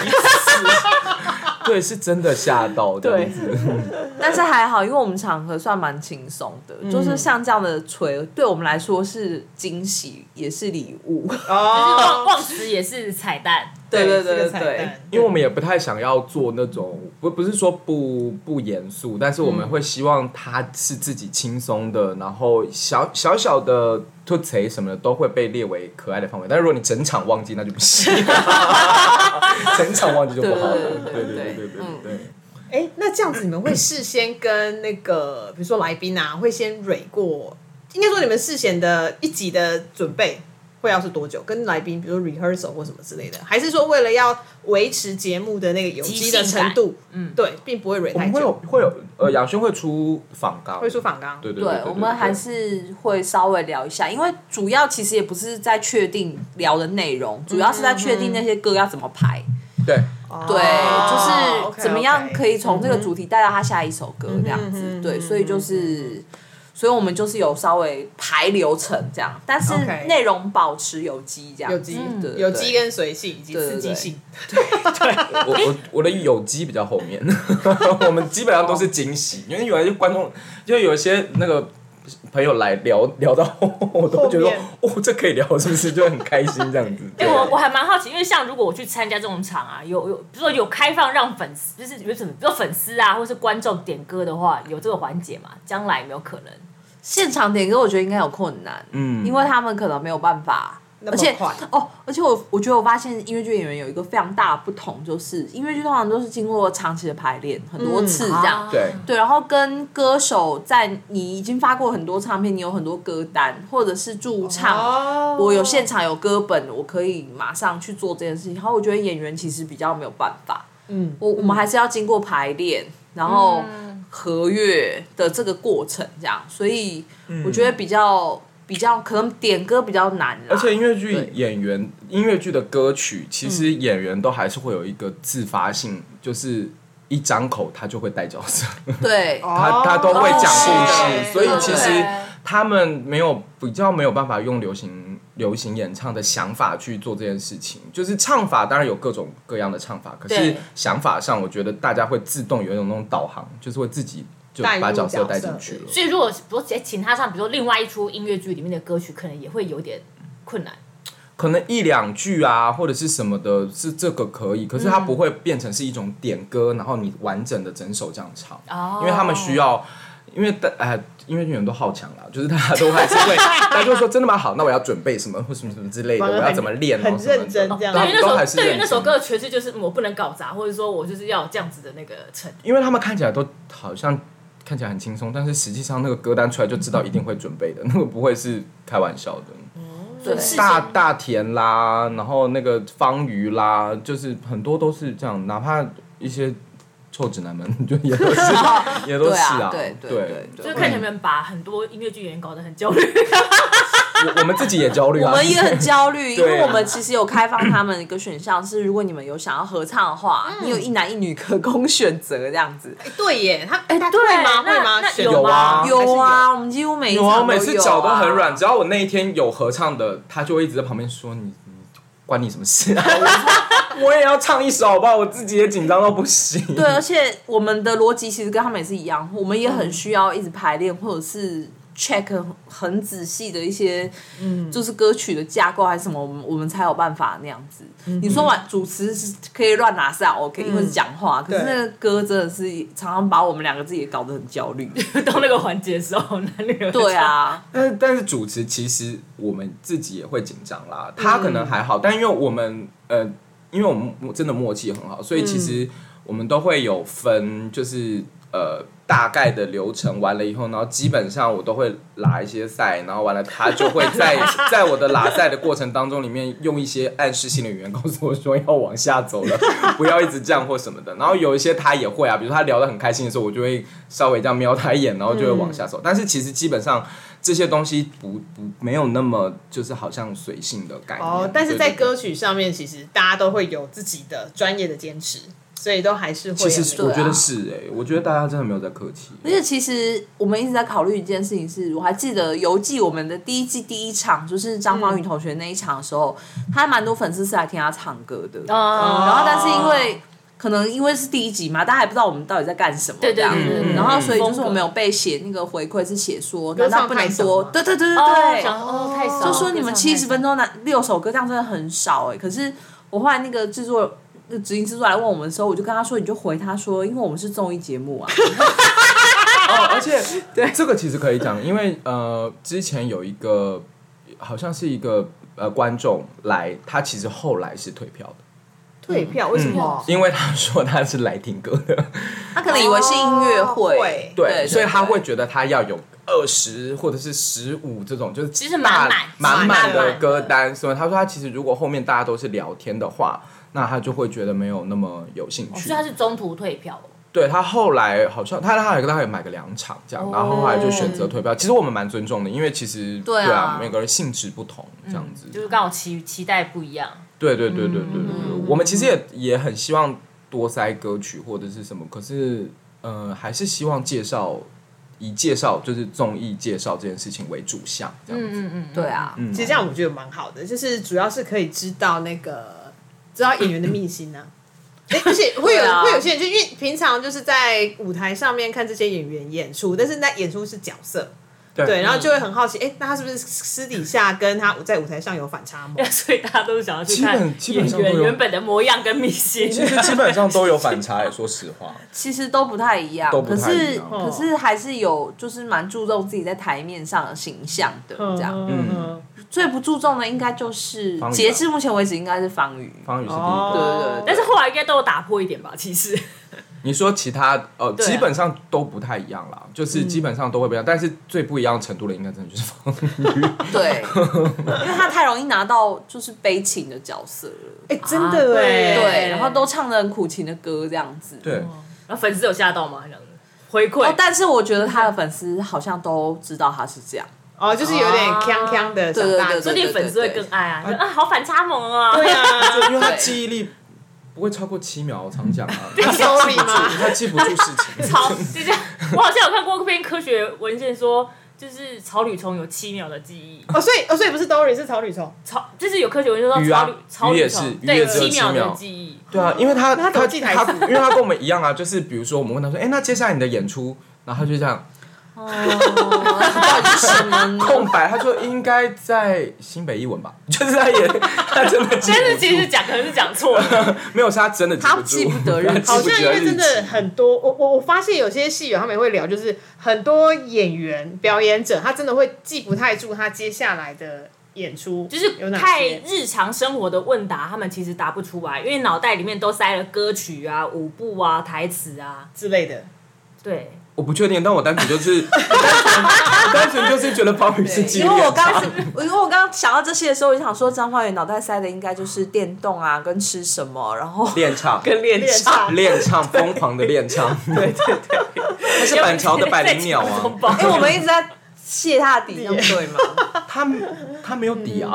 Speaker 3: 对是真的吓到这样子，
Speaker 4: 但是还好，因为我们场合算蛮轻松的，就是像这样的锤，对我们来说是惊喜，也是礼物。
Speaker 5: 就是忘
Speaker 1: 哦，
Speaker 5: 忘词也是彩蛋，
Speaker 4: 对对
Speaker 1: 是
Speaker 4: 对
Speaker 1: 个
Speaker 4: 对
Speaker 1: 彩
Speaker 4: 对
Speaker 1: 蛋，
Speaker 3: 因为我们也不太想要做那种不不是说不不严肃，但是我
Speaker 4: 嗯
Speaker 3: 们会希望他是自己轻松的，然后小小小的吐槽什么的都会被列为可爱的范围。但是如果你整场忘记，那就不 行， 整场忘记就不好了。
Speaker 4: 对
Speaker 3: 对对
Speaker 4: 对对对嗯
Speaker 3: 对对对。
Speaker 1: 哎，那这样子你们会事先跟那个，比如说来宾啊，会先蕊过，应该说你们事先的一集的准备会要是多久？跟来宾，比如说 rehearsal 或什么之类的，还是说为了要维持节目的那个有机的程度，嗯，对，并不会蕊
Speaker 3: 我
Speaker 1: 太
Speaker 3: 们会有
Speaker 1: 久，
Speaker 3: 会有呃，杨轩会出访纲，
Speaker 1: 会出访纲，
Speaker 3: 对，对对
Speaker 4: 对，我们还是会稍微聊一下，因为主要其实也不是在确定聊的内容，主要是在确定那些歌要怎么排。
Speaker 3: 对
Speaker 1: 哦
Speaker 4: 对，就是怎么样可以从这个
Speaker 1: 主。
Speaker 4: 主题带到他下一首歌这样子。
Speaker 1: 嗯嗯哼
Speaker 4: 对，
Speaker 1: 嗯哼
Speaker 4: 所以就是，所以我们就是有稍微排流程这样，但是
Speaker 1: OK
Speaker 4: 内容保持有机这样。
Speaker 1: 有机
Speaker 4: 嗯对，
Speaker 1: 有机跟随性以及
Speaker 4: 对对
Speaker 1: 刺激
Speaker 4: 对
Speaker 1: 性，
Speaker 3: 我我我的有机比较后面， 我们基本上都是惊喜，因为有些观众就有一些那个朋友来聊聊到后，我都觉得
Speaker 1: 后
Speaker 3: 说
Speaker 1: 面
Speaker 3: 哦，这可以聊，是不是就很开心这样子？
Speaker 5: 哎、
Speaker 3: 对
Speaker 5: 我我还蛮好奇，因为像如果我去参加这种场啊，有有，比如说有开放让粉丝，就是有什么，比如说粉丝啊，或是观众点歌的话，有这个环节嘛？将来有没有可能？
Speaker 4: 现场点歌，我觉得应该有困难，
Speaker 3: 嗯
Speaker 4: 因为他们可能没有办法。
Speaker 1: 那么
Speaker 4: 而且
Speaker 1: 快
Speaker 4: 哦，而且我我觉得我发现音乐剧演员有一个非常大的不同，就是音乐剧通常都是经过长期的排练很多次
Speaker 1: 嗯
Speaker 4: 这样，
Speaker 1: 啊
Speaker 3: 啊对
Speaker 4: 对，然后跟歌手在你已经发过很多唱片，你有很多歌单，或者是驻唱，
Speaker 1: 哦
Speaker 4: 我有现场有歌本，我可以马上去做这件事情。然后我觉得演员其实比较没有办法，
Speaker 1: 嗯，
Speaker 4: 我我们还是要经过排练，然后合乐的这个过程，这样，所以
Speaker 3: 嗯
Speaker 4: 我觉得比较比较可能点歌比较难啦，
Speaker 3: 而且音乐剧
Speaker 4: 对
Speaker 3: 演员音乐剧的歌曲，其实演员都还是会有一个自发性，就是一张口他就会带角色。
Speaker 1: 哦
Speaker 4: 对。
Speaker 3: 他他都会讲故
Speaker 4: 哦
Speaker 3: 事，所以
Speaker 4: 对
Speaker 3: 其
Speaker 4: 对
Speaker 3: 实他们没有比较没有办法用流行流行演唱的想法去做这件事情。就是唱法当然有各种各样的唱法，可是
Speaker 5: 对
Speaker 3: 想法上，我觉得大家会自动有一种那种导航，就是会自己就
Speaker 1: 带入
Speaker 3: 把角色
Speaker 1: 角
Speaker 3: 带
Speaker 1: 色
Speaker 3: 进去了。
Speaker 5: 所以如果我直接请他唱，比如说另外一出音乐剧里面的歌曲，可能也会有点困难。
Speaker 3: 可能一两句啊，或者是什么的，是这个可以，可是它不会变成是一种点歌，然后你完整的整首这样唱，
Speaker 5: 哦
Speaker 3: 因为他们需要，因为的哎。音乐剧人都好强啦， 就是大家都还是会，大家就会说真的吗？好，那我要准备什么或什么什么 之类的，
Speaker 1: 反而
Speaker 3: 我
Speaker 1: 很
Speaker 3: 要怎么练哦什
Speaker 1: 很
Speaker 3: 么的，
Speaker 1: 认真这样
Speaker 3: 对
Speaker 5: 对于那
Speaker 3: 都还
Speaker 5: 首
Speaker 3: 是
Speaker 5: 对于那
Speaker 3: 认
Speaker 5: 首
Speaker 3: 真
Speaker 5: 歌的诠释，就是我不能搞砸，或者说我就是要有这样子的那个成。
Speaker 3: 因为他们看起来都好像看起来很轻松，但是实际上那个歌单出来就知道一定会准备的，那个不会是开玩笑的。
Speaker 4: 对
Speaker 5: 是
Speaker 3: 大大田啦，然后那个方瑜啦，就是很多都是这样，哪怕一些臭直男们就也都 是，也都
Speaker 4: 对
Speaker 3: 是
Speaker 4: 啊，
Speaker 3: 对
Speaker 4: 对对对，
Speaker 5: 就是
Speaker 4: 对
Speaker 5: 看起来你们把很多音乐剧演员搞得很焦虑，
Speaker 3: 我我们自己也焦虑啊，
Speaker 4: 我们也很焦虑，因
Speaker 3: 对啊
Speaker 4: 为我们其实有开放他们一个选项，是如果你们有想要合唱的话，你有一男一女可供选择这样子。
Speaker 1: 哎对耶，他哎
Speaker 5: 对
Speaker 1: 会吗？会
Speaker 5: 那
Speaker 1: 吗？
Speaker 5: 那
Speaker 1: 选
Speaker 5: 有
Speaker 3: 吗
Speaker 1: 还是
Speaker 4: 有啊，我们几乎每一
Speaker 3: 有
Speaker 4: 场
Speaker 3: 啊，我
Speaker 4: 都
Speaker 3: 每次脚都
Speaker 4: 有啊
Speaker 3: 很软，只要我那一天有合唱的，他就会一直在旁边说你。你关你什么事啊！ 我说我也要唱一首，好不好？我自己也紧张到不行。
Speaker 4: 对，而且我们的逻辑其实跟他们也是一样，我们也很需要一直排练，或者是 check 很仔细的一些，嗯，就是歌曲的架构还是什么，我们我们才有办法那样子。你说完主持是可以乱拿是啊 OK，、因为是讲话，可是
Speaker 1: 对
Speaker 4: 那个歌真的是常常把我们两个自己也搞得很焦虑。
Speaker 5: 到那个环节的时候，男女合
Speaker 4: 对
Speaker 5: 唱，
Speaker 4: 啊，
Speaker 3: 但是但是主持其实我们自己也会紧张啦，他
Speaker 4: 嗯
Speaker 3: 可能还好，但因为我们呃，因为我们真的默契很好，所以其实
Speaker 1: 嗯
Speaker 3: 我们都会有分，就是呃大概的流程完了以后，然后基本上我都会拉一些赛，然后完了他就会 在在我的拉赛的过程当中里面用一些暗示性的语言告诉我说要往下走 了，不要一直这样或什么的。然后有一些他也会啊，比如他聊得很开心的时候，我就会稍微这样瞄他一眼，然后就会往下
Speaker 1: 嗯
Speaker 3: 走。但是其实基本上。这些东西不不没有那么就是好像随性的概念
Speaker 1: 哦，但是在
Speaker 3: 对对对
Speaker 1: 歌曲上面，其实大家都会有自己的专业的坚持，所以都还是会有
Speaker 3: 其
Speaker 1: 那
Speaker 3: 实
Speaker 1: 个。
Speaker 3: 是
Speaker 4: 对啊
Speaker 3: 我觉得是哎、我觉得大家真的没有在客气，哦
Speaker 4: 而且其实我们一直在考虑一件事情是，我还记得邮寄我们的第一季第一场，就是张方宇同学那一场的时候，他还蛮多粉丝是来听他唱歌的。
Speaker 5: 嗯，
Speaker 4: 然后但是因为可能因为是第一集嘛，大家还不知道我们到底在干什么，
Speaker 5: 对对
Speaker 4: 这样
Speaker 5: 对
Speaker 3: 对对
Speaker 4: 然后所以就是
Speaker 5: 风格
Speaker 4: 我们有被写那个回馈是写说，
Speaker 1: 歌
Speaker 4: 难道
Speaker 1: 唱
Speaker 4: 不
Speaker 1: 太
Speaker 4: 能
Speaker 1: 少
Speaker 4: 多？
Speaker 1: 吗
Speaker 4: 对对对对
Speaker 5: 哦，
Speaker 4: 对，
Speaker 5: 想哦太少，
Speaker 4: 就说你们七十分
Speaker 5: 钟
Speaker 4: 钟那六首歌，这样真的很少哎、可是我后来那个制作。那个执行制作来问我们的时候，我就跟他说，你就回他说，因为我们是综艺节目啊，
Speaker 3: 哦，而且对这个其实可以讲，因为呃，之前有一个好像是一个呃观众来，他其实后来是退票的，
Speaker 1: 退票为什
Speaker 4: 嗯
Speaker 1: 么？
Speaker 3: 因为他说他是来听歌的，
Speaker 4: 他可能以为是音乐
Speaker 1: 哦
Speaker 4: 会
Speaker 1: 会，
Speaker 3: 对，
Speaker 4: 对
Speaker 3: 所以
Speaker 4: 对
Speaker 3: 他会觉得他要有。二十或者是十五这种，就是
Speaker 5: 其实满
Speaker 3: 大
Speaker 5: 满
Speaker 3: 满
Speaker 1: 满
Speaker 3: 的
Speaker 5: 满
Speaker 3: 歌单，所以他说他其实如果后面大家都是聊天的话，那他就会觉得没有那么有兴趣。
Speaker 5: 哦所以他是中途退票哦，
Speaker 3: 对他后来好像他他有他有买个两场这样，然后后来就选择退票。其实我们蛮尊重的，因为其实
Speaker 4: 对啊
Speaker 3: 每个人性质不同这样子。
Speaker 5: 就是刚好期期待不一样，
Speaker 3: 对对对对对对对，我们其实也也很希望多塞歌曲或者是什么，可是呃还是希望介绍以介绍就是综艺介绍这件事情为主项这样子。
Speaker 5: 嗯嗯嗯，
Speaker 4: 对啊，
Speaker 3: 嗯
Speaker 1: 其实这样我觉得蛮好的，就是主要是可以知道那个知道演员的秘辛 呢、啊。诶而且会有、
Speaker 4: 对啊
Speaker 1: 会有些人，就因为平常就是在舞台上面看这些演员演出，但是那演出是角色，
Speaker 3: 对
Speaker 1: 对，
Speaker 4: 嗯
Speaker 1: 然后就会很好奇，哎、那他是不是私底下跟他在舞台上有反差萌？
Speaker 5: 所以大家都是想要去
Speaker 3: 基本
Speaker 5: 看
Speaker 3: 基本
Speaker 5: 演
Speaker 3: 上都有
Speaker 5: 员原本的模样跟明星，
Speaker 3: 其实基本上都有反差，欸说实话，
Speaker 4: 其实都不太一样，
Speaker 3: 都不
Speaker 4: 可
Speaker 3: 太一
Speaker 4: 是
Speaker 3: 样
Speaker 4: 可是还是有，就是蛮注重自己在台面上的形象的这样。
Speaker 1: 嗯，
Speaker 4: 最不注重的应该就是
Speaker 3: 方宇吧
Speaker 4: 截至目前为止应该是方宇，
Speaker 3: 方宇是第一
Speaker 1: 哦
Speaker 3: 个。
Speaker 4: 嗯对对对
Speaker 5: 但是后来应该都有打破一点吧，其实
Speaker 3: 你说其他呃，
Speaker 5: 啊
Speaker 3: 基本上都不太一样啦，就是基本上都会不一样，但是最不一样程度的应该真的就是方
Speaker 4: 对， 因为他太容易拿到就是悲情的角色了，
Speaker 1: 哎、真的哎、
Speaker 4: 对，然后都唱的很苦情的歌这样子，
Speaker 3: 对，
Speaker 5: 然后粉丝有吓到吗？这样子回
Speaker 4: 哦
Speaker 5: 馈，，
Speaker 4: 但是我觉得他的粉丝好像都知道他是这样，
Speaker 1: 哦，就是有点锵锵的长大
Speaker 4: 对对对
Speaker 5: 说
Speaker 1: 哥
Speaker 5: 不定粉丝会更爱啊，就啊好反差萌啊，
Speaker 1: 对啊，
Speaker 3: 就因为他
Speaker 4: 对
Speaker 3: 记忆力不会超过七秒，我常讲啊，
Speaker 1: sorry 吗？
Speaker 3: 他记不住事 情。
Speaker 5: 草就这样，我好像有看过一篇科学文献说，就是草履虫有七秒的记忆，
Speaker 1: 哦，所以哦，所以不是 Dory 是草履虫，
Speaker 5: 草就是有科学文献说
Speaker 3: 鱼啊
Speaker 5: 草履草
Speaker 3: 鱼
Speaker 5: 履虫
Speaker 3: 也是鱼也
Speaker 5: 对
Speaker 3: 只有
Speaker 5: 七秒
Speaker 3: 七秒
Speaker 5: 的记忆，
Speaker 3: 对啊，因为他
Speaker 1: 那他怎么记台词
Speaker 3: 他因为他跟我们一样啊，就是比如说我们问他说，哎，那接下来你的演出，然后他就这样
Speaker 4: 到底是什么呢？
Speaker 3: 空白，他说应该在新北一文吧， 就是他也他真的记
Speaker 5: 但是
Speaker 3: 不
Speaker 5: 其实
Speaker 3: 住，
Speaker 5: 讲可能是讲 错了，
Speaker 3: 没有是他真的
Speaker 4: 他记
Speaker 3: 不
Speaker 4: 不
Speaker 3: 住
Speaker 4: 得日 期
Speaker 3: 他
Speaker 1: 好
Speaker 3: 记不
Speaker 1: 像
Speaker 3: 住
Speaker 1: 因为真
Speaker 3: 日
Speaker 1: 的
Speaker 3: 期
Speaker 1: 很多，我我我发现有些戏友他们也会聊，就是很多演员表演者他真的会记不太住他接下来的演出，
Speaker 5: 就是
Speaker 1: 有哪
Speaker 5: 太
Speaker 1: 些
Speaker 5: 日常生活的问答，他们其实答不出来，因为脑袋里面都塞了歌曲啊、舞步啊、台词啊，
Speaker 1: 之类的。
Speaker 5: 对，
Speaker 3: 我不确定，但我单纯就是，我单纯就是觉得方宇是记忆
Speaker 4: 因
Speaker 3: 力很差。
Speaker 4: 为我刚是，因为我刚刚想到这些的时候，我就想说张方宇脑袋塞的应该就是电动啊，跟吃什么，然后
Speaker 3: 练唱，
Speaker 4: 跟练
Speaker 1: 练唱
Speaker 3: 练唱，疯狂的练唱，对对对，他是板桥的百灵鸟
Speaker 5: 在节目中
Speaker 3: 啊，
Speaker 5: 报
Speaker 4: 因为我们一直在泄他的 底，这样对吗？
Speaker 3: 他他没有底啊，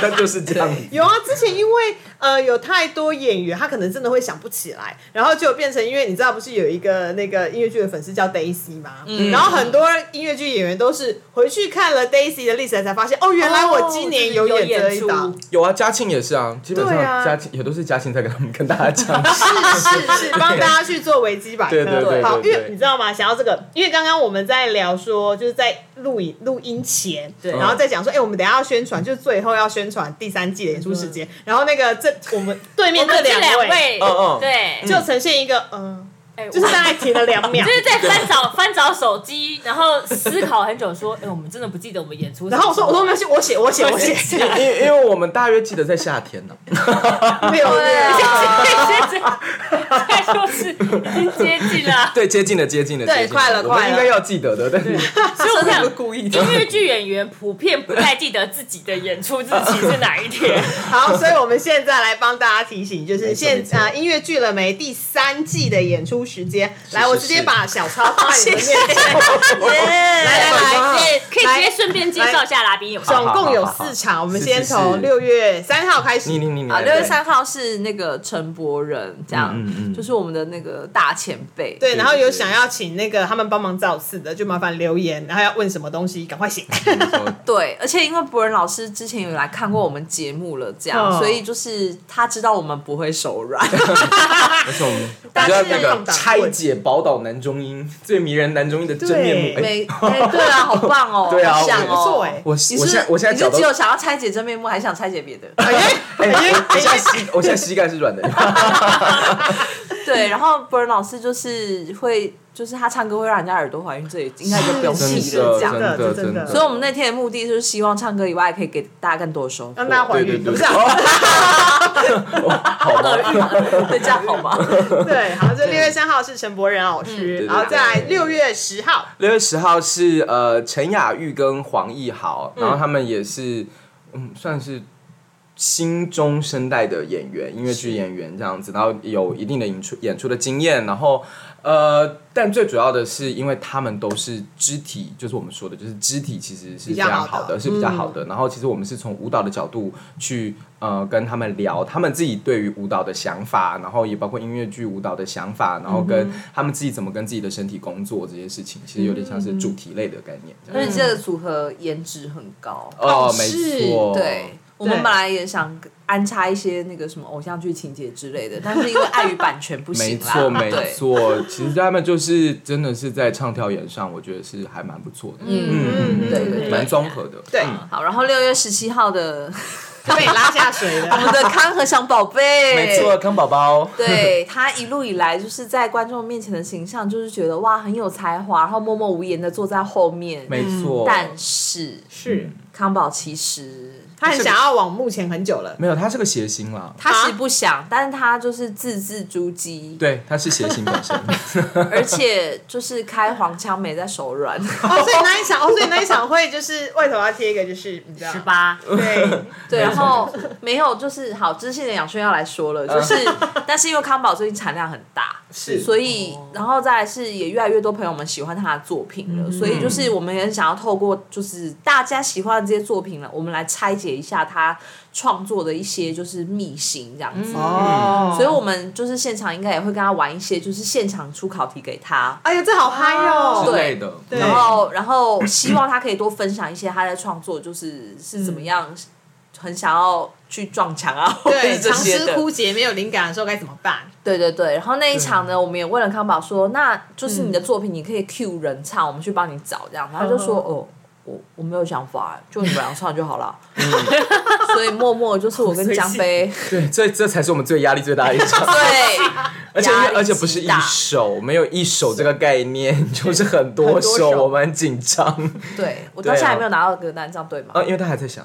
Speaker 3: 他就是这样。
Speaker 1: 有啊，之前因为呃有太多演员，他可能真的会想不起来，然后就变成因为你知道不是有一个那个音乐剧的粉丝叫 Daisy 吗？
Speaker 5: 嗯
Speaker 1: 然后很多音乐剧演员都是回去看了 Daisy 的历史才发现，哦，原来我今年有
Speaker 5: 哦有
Speaker 1: 演这一
Speaker 5: 出，
Speaker 1: 档。
Speaker 3: 有啊，嘉庆也是啊，基本上
Speaker 1: 对啊
Speaker 3: 嘉庆、也都是嘉庆在跟他们跟大家讲。
Speaker 1: 是是，帮大家去做维基百科。
Speaker 3: 对对对对
Speaker 1: 好，因
Speaker 3: 对
Speaker 1: 为你知道吗？想要这个，因为刚刚我们在聊说，就是在录影录音前，对然后再讲说，哎、我们等一下要宣传，就是最后要宣传第三季的演出时
Speaker 5: 嗯
Speaker 1: 间。然后那个这我们对
Speaker 5: 我
Speaker 1: 面
Speaker 5: 们这
Speaker 1: 两
Speaker 5: 两位，
Speaker 3: 嗯嗯
Speaker 5: 对，
Speaker 1: 就呈现一个嗯、
Speaker 5: 哎
Speaker 1: 就是大概停了两秒
Speaker 5: 就。是在翻找翻找手机，然后思考很久，说：“哎、我们真的不记得我们演出什么。”
Speaker 1: 然后我说，我说没关系，我写，我写，我写，
Speaker 3: 因因因为我们大约记得在夏天呢、
Speaker 1: 没有
Speaker 4: 对啊
Speaker 5: 现 在就是已经接近了。
Speaker 3: 对，接近了，接近了，
Speaker 1: 对
Speaker 3: 接近
Speaker 1: 快了
Speaker 3: 我
Speaker 1: 快
Speaker 3: 们
Speaker 1: 了
Speaker 3: 应该要记得的，但是
Speaker 5: 所以 我
Speaker 4: 他
Speaker 5: 想
Speaker 4: 是，故意的
Speaker 5: 音乐剧演员普遍不太记得自己的演出日期是哪一天。
Speaker 1: 好，所以我们现在来帮大家提醒，就是现
Speaker 3: 没错
Speaker 1: 啊、音乐剧了没第三季的演出时间，来，我直接
Speaker 3: 是
Speaker 1: 把小抄放在你们面前，来
Speaker 4: 来
Speaker 1: 来来，
Speaker 5: 对，可以直接顺便介绍一下来宾有没有
Speaker 1: 总共有四场，我们先从六月三号开始。
Speaker 3: 你你你你
Speaker 4: 啊，
Speaker 3: 来
Speaker 4: 六月
Speaker 3: 来
Speaker 4: 三号是那个陈柏仁，这样，
Speaker 3: 嗯嗯嗯
Speaker 4: 就是我们的那个大前辈。
Speaker 1: 对，然后有
Speaker 3: 对对
Speaker 1: 想要请那个他们帮忙造次的，就麻烦留言，然后要问什么东西，赶快写。
Speaker 4: 对，而且因为博仁老师之前有来看过我们节目了，这样，
Speaker 1: 嗯
Speaker 4: 所以就是他知道我们不会手 软。
Speaker 3: 而且我们
Speaker 1: 大
Speaker 3: 比
Speaker 1: 家
Speaker 3: 较
Speaker 1: 是
Speaker 3: 那
Speaker 1: 用
Speaker 3: 个
Speaker 1: 打
Speaker 3: 拆
Speaker 1: 棍
Speaker 3: 解宝岛男中音最迷人男中音的真面目。哎
Speaker 4: 没，哎，对啊，好棒哦，
Speaker 3: 对啊
Speaker 4: 好想
Speaker 3: 我
Speaker 1: 不错
Speaker 4: 哦，
Speaker 1: 哎
Speaker 3: 我我
Speaker 4: 你是
Speaker 3: 现在我现在
Speaker 4: 你是
Speaker 3: 脚都
Speaker 4: 只有想要拆解真面目，还想拆解别的？
Speaker 3: 哎，我我现在膝我现在膝盖是软的。
Speaker 4: 对，然后博仁老师就是会，就是他唱歌会让人家耳朵怀孕，这也应该就不用
Speaker 1: 是
Speaker 4: 提
Speaker 1: 是
Speaker 4: 了，
Speaker 1: 的
Speaker 4: 这样
Speaker 1: 真。的真的真的
Speaker 4: 所以，我们那天的目的就是希望唱歌以外，可以给大家更多的收获
Speaker 1: 让。大家怀
Speaker 3: 对对
Speaker 1: 孕，
Speaker 3: 对，
Speaker 1: 不是啊？
Speaker 3: 哦好吧，
Speaker 4: 对，这样好吗？
Speaker 1: 对，好，这六月三号是陈柏仁老师，
Speaker 3: 嗯
Speaker 1: 然后再来
Speaker 3: 对对对
Speaker 1: 六月十号，
Speaker 3: 六月十号是呃陈雅玉跟黄奕豪，然后他们也是嗯算是新中生代的演员，音乐剧演员这样子，然后有一定的演出演出的经验，然后呃，但最主要的是因为他们都是肢体，就是我们说的，就是肢体其实是
Speaker 1: 比
Speaker 3: 非
Speaker 1: 较好的
Speaker 3: 常好的，是比较好
Speaker 4: 嗯
Speaker 3: 的。然后其实我们是从舞蹈的角度去呃跟他们聊他们自己对于舞蹈的想法，然后也包括音乐剧舞蹈的想法，然后
Speaker 4: 嗯
Speaker 3: 跟他们自己怎么跟自己的身体工作这些事情，其实有点像是主题类的概念。这样
Speaker 4: 而且这个组合颜值很高。
Speaker 3: 哦，没
Speaker 1: 是
Speaker 3: 错，
Speaker 4: 对，我们本来也想安插一些那个什么偶像剧情节之类的，但是因为碍于版权不
Speaker 3: 没
Speaker 4: 行啦。
Speaker 3: 错，没
Speaker 4: 嗯对。
Speaker 3: 错。其实他们就是真的是在唱跳演上，我觉得是还蛮不错的，
Speaker 4: 嗯
Speaker 1: 嗯
Speaker 4: 对对对
Speaker 3: 蛮综合的。
Speaker 1: 对，
Speaker 3: 嗯
Speaker 4: 好，然后六月十七号的
Speaker 1: 就被你拉下水
Speaker 4: 我们
Speaker 1: 了。
Speaker 4: 的康和祥宝 贝，
Speaker 3: 没错，。康宝宝。
Speaker 4: 对他一路以来就是在观众面前的形象，就是觉得哇很有才华，然后默默无言的坐在后面。
Speaker 3: 没错，
Speaker 4: 但是
Speaker 1: 是
Speaker 4: 康宝其实
Speaker 1: 他很想要往幕前很久 了，
Speaker 3: 没有，他是个谐星啦。
Speaker 4: 他其实不想，但是他就是字字珠玑，
Speaker 3: 对，他是谐星本 身。
Speaker 4: 而且就是开黄腔没在手 软。
Speaker 1: 哦，所以那一场，哦，所以那一场会就是外头要贴一个，就是你知道
Speaker 5: 十，八，
Speaker 1: 对，
Speaker 3: 没
Speaker 4: 对，然
Speaker 3: 错
Speaker 4: 后没有，就是好，知性的养轩要来说了，就是，
Speaker 3: 嗯
Speaker 4: 但是因为康宝最近产量很大，
Speaker 1: 是
Speaker 4: 所以，然后再来是也越来越多朋友们喜欢他的作品了，所以
Speaker 3: 嗯
Speaker 4: 就是我们也很想要透过就是大家喜欢的这些作品了，我们来拆解一下他创作的一些就是秘辛这样子。
Speaker 3: 嗯
Speaker 1: 哦，
Speaker 4: 所以，我们就是现场应该也会跟他玩一些，就是现场出考题给他，
Speaker 1: 哎呀，这好嗨
Speaker 3: 之
Speaker 1: 哦，
Speaker 3: 类的。嗯
Speaker 1: 对
Speaker 4: 然后，然后希望他可以多分享一些他在创作，就是是怎么样，很想要去撞墙啊，或者
Speaker 1: 对，
Speaker 4: 是这
Speaker 1: 常
Speaker 4: 些
Speaker 1: 吃
Speaker 4: 的。
Speaker 1: 枯竭没有灵感的时候该怎么办？
Speaker 4: 对对对。然后那一场呢，我们也问了康宝说，那就是你的作品，你可以 Q 人唱，我们去帮你找这样。然后他就说，
Speaker 1: 嗯
Speaker 4: 哦。我我没有想法，就你们俩唱就好了。嗯所以默默就是我跟江 杯，
Speaker 3: 对，这这才是我们最 压力最大的一场。
Speaker 4: 对，
Speaker 3: 而且因
Speaker 4: 压
Speaker 3: 为
Speaker 4: 力
Speaker 3: 而且不是
Speaker 4: 极
Speaker 3: 一
Speaker 4: 大
Speaker 3: 首，没有一首这个概念，就是很
Speaker 1: 很
Speaker 3: 多
Speaker 1: 多首
Speaker 3: 首，我们很紧 张。
Speaker 4: 对我到现在
Speaker 3: 对啊
Speaker 4: 还没有拿到歌单，这样对吗？
Speaker 3: 啊，因为他还在想。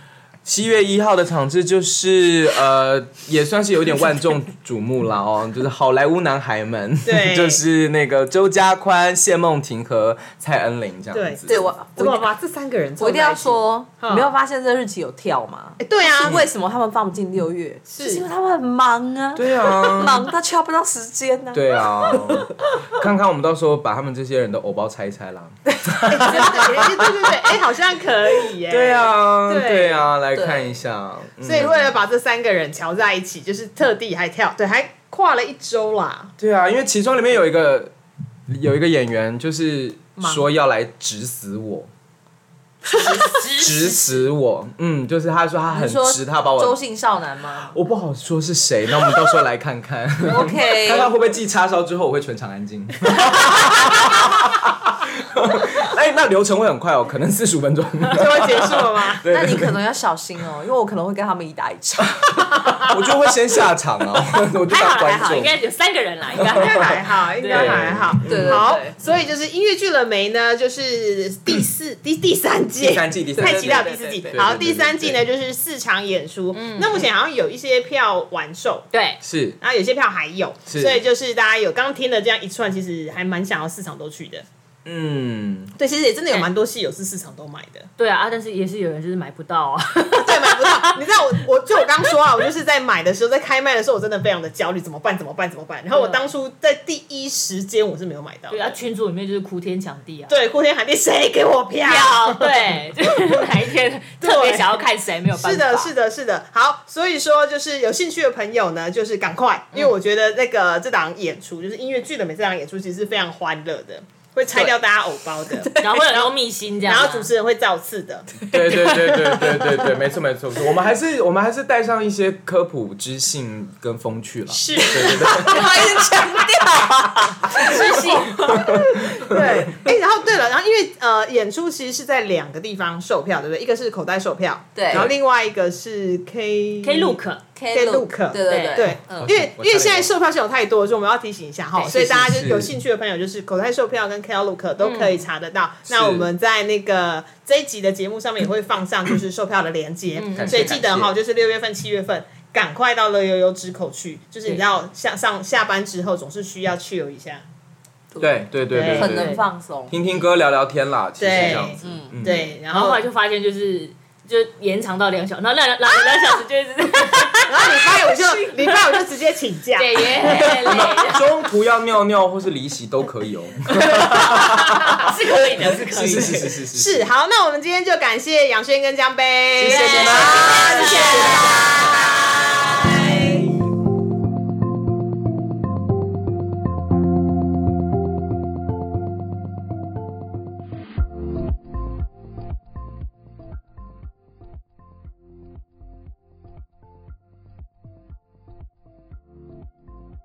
Speaker 3: 七月一号的场次就是呃，也算是有点万众瞩目了哦，就是好莱坞男孩们，
Speaker 1: 对
Speaker 3: 就是那个周家宽、谢梦婷和蔡恩玲这样子。
Speaker 4: 对我，
Speaker 1: 怎么
Speaker 4: 我
Speaker 1: 把这三个人凑
Speaker 4: 我一定
Speaker 1: 在
Speaker 4: 要
Speaker 1: 起？
Speaker 4: 说，
Speaker 1: 嗯
Speaker 4: 你没有发现这日期有跳吗？
Speaker 1: 哎对啊，
Speaker 4: 为什么他们放不进六月？
Speaker 1: 是
Speaker 4: 就是因为他们很忙啊，
Speaker 3: 对 啊，
Speaker 4: 忙他敲不到时间呢。
Speaker 3: 对啊，看看我们到时候把他们这些人的偶包拆一拆啦。
Speaker 1: 真的哎对对对，哎，好像可以耶。
Speaker 3: 对。啊，
Speaker 1: 对
Speaker 3: 对啊，来看一下。嗯
Speaker 1: 所以为了把这三个人瞧在一起，就是特地还跳，对，还跨了一周啦。
Speaker 3: 对啊，因为其中里面有一个有一个演员，就是说要来指死我，指死我。嗯，就是他说他很
Speaker 4: 你说
Speaker 3: 直，他把
Speaker 4: 周
Speaker 3: 我。
Speaker 4: 姓少男吗
Speaker 3: 我不好说是谁，那我们到时候来看看， 看看
Speaker 4: ？OK，
Speaker 3: 会不会记叉烧之后我会全场安静。 哎、那流程会很快哦，可能四十五分钟。
Speaker 1: 就会结束了 吗？
Speaker 3: 对
Speaker 4: 那你可能要小心哦，因为我可能会跟他们一打一架。
Speaker 3: 我就会先下场啊，我就
Speaker 5: 还
Speaker 3: 当
Speaker 5: 好还
Speaker 3: 观
Speaker 5: 好，应
Speaker 3: 众。
Speaker 5: 该有三个人啦，应
Speaker 1: 应该
Speaker 5: 该。
Speaker 1: 还好，应该还好。
Speaker 4: 对对对
Speaker 1: 好
Speaker 4: 对，
Speaker 1: 所以就是音乐剧了没呢？就是第四第第三季，
Speaker 3: 第三季第三季
Speaker 1: 太期待了第四
Speaker 5: 对
Speaker 1: 季
Speaker 5: 对
Speaker 3: 对。对
Speaker 1: 好，
Speaker 3: 对对
Speaker 1: 第三季呢
Speaker 3: 对
Speaker 1: 就是四场演出，那目前好像有一些票完售。
Speaker 5: 对，
Speaker 3: 是
Speaker 1: 然后有些票还有，
Speaker 3: 是
Speaker 1: 所以就是大家有刚听的这样一串，其实还蛮想要四场都去的。
Speaker 3: 嗯，
Speaker 1: 对，其实也真的有蛮多戏友是四场都买的。
Speaker 5: 对啊，啊但是也是有人就是买不到啊。
Speaker 1: 对，买不到。你知道我， 我就我刚说啊，我就是在买的时候，在开卖的时候，我真的非常的焦虑，怎么办？怎么办？怎么办？然后我当初在第一时间我是没有买到的
Speaker 5: 对啊，群组里面就是哭天抢地啊。
Speaker 1: 对，哭天喊地，谁给我票？
Speaker 5: 要对，就是哪一天特别
Speaker 1: 对
Speaker 5: 想要看谁没有办法。
Speaker 1: 是的，是
Speaker 5: 的，
Speaker 1: 的，是的。好，所以说就是有兴趣的朋友呢，就是赶快，因为我觉得那个这档演出，就是音乐剧的每这档演出，其实是非常欢乐的，会拆掉大家偶包的，
Speaker 5: 然后会有多密心这样
Speaker 1: 然
Speaker 5: 啊。
Speaker 1: 后主持人会造次的。
Speaker 3: 对对对对对对对，没错没错，没错我们还是我们还是带上一些科普知性跟风趣了。
Speaker 1: 是
Speaker 3: 对对对，
Speaker 4: 我还是强调，
Speaker 5: 自信，
Speaker 1: 对，哎、然后对了，然后因为呃，演出其实是在两个地方售票，对不对？一个是口袋售票，
Speaker 4: 对
Speaker 1: 然后另外一个是 K
Speaker 5: K Look，
Speaker 4: K
Speaker 1: Look，
Speaker 4: 对对
Speaker 1: 对，
Speaker 4: 嗯
Speaker 1: 因为
Speaker 3: 我
Speaker 1: 因为
Speaker 3: 差
Speaker 1: 现
Speaker 3: 点
Speaker 1: 在售票系统太多，所以我们要提醒一下哈，
Speaker 5: 对
Speaker 1: 所以大家
Speaker 3: 是
Speaker 1: 就是有兴趣的朋友，就是口袋售票跟 K Look 都
Speaker 5: 嗯
Speaker 1: 可以查得到。那
Speaker 3: 是
Speaker 1: 我们在那个这一集的节目上面也会放上就是售票的链接，
Speaker 5: 嗯
Speaker 3: 感
Speaker 1: 所以
Speaker 3: 谢
Speaker 1: 记得
Speaker 3: 感
Speaker 1: 哈，
Speaker 3: 谢
Speaker 1: 就是六月份、七月份。赶快到乐悠悠之口去，就是你知道下上下班之后总是需要去游一下，
Speaker 3: 对对对对
Speaker 4: 很
Speaker 3: 对
Speaker 4: 能
Speaker 3: 对，
Speaker 4: 放松。
Speaker 3: 听听歌聊聊天啦，其实
Speaker 1: 对
Speaker 3: 这样子。嗯，
Speaker 1: 对，然
Speaker 5: 然后
Speaker 1: 后
Speaker 5: 后来就发现就是就延长到两小时，然后两两两两小时就一直
Speaker 1: 然后礼拜五就礼拜五就直接请假，
Speaker 5: 对也很累，
Speaker 3: 中途要尿尿或是离席都可以哦。
Speaker 5: 是可以的，是可
Speaker 3: 是
Speaker 5: 以
Speaker 3: 是
Speaker 5: 的。
Speaker 3: 是是是
Speaker 1: 啊是，好，那我们今天就感谢杨轩跟江杯，
Speaker 3: 谢谢大
Speaker 1: 大家，
Speaker 3: 家
Speaker 1: 谢谢大家。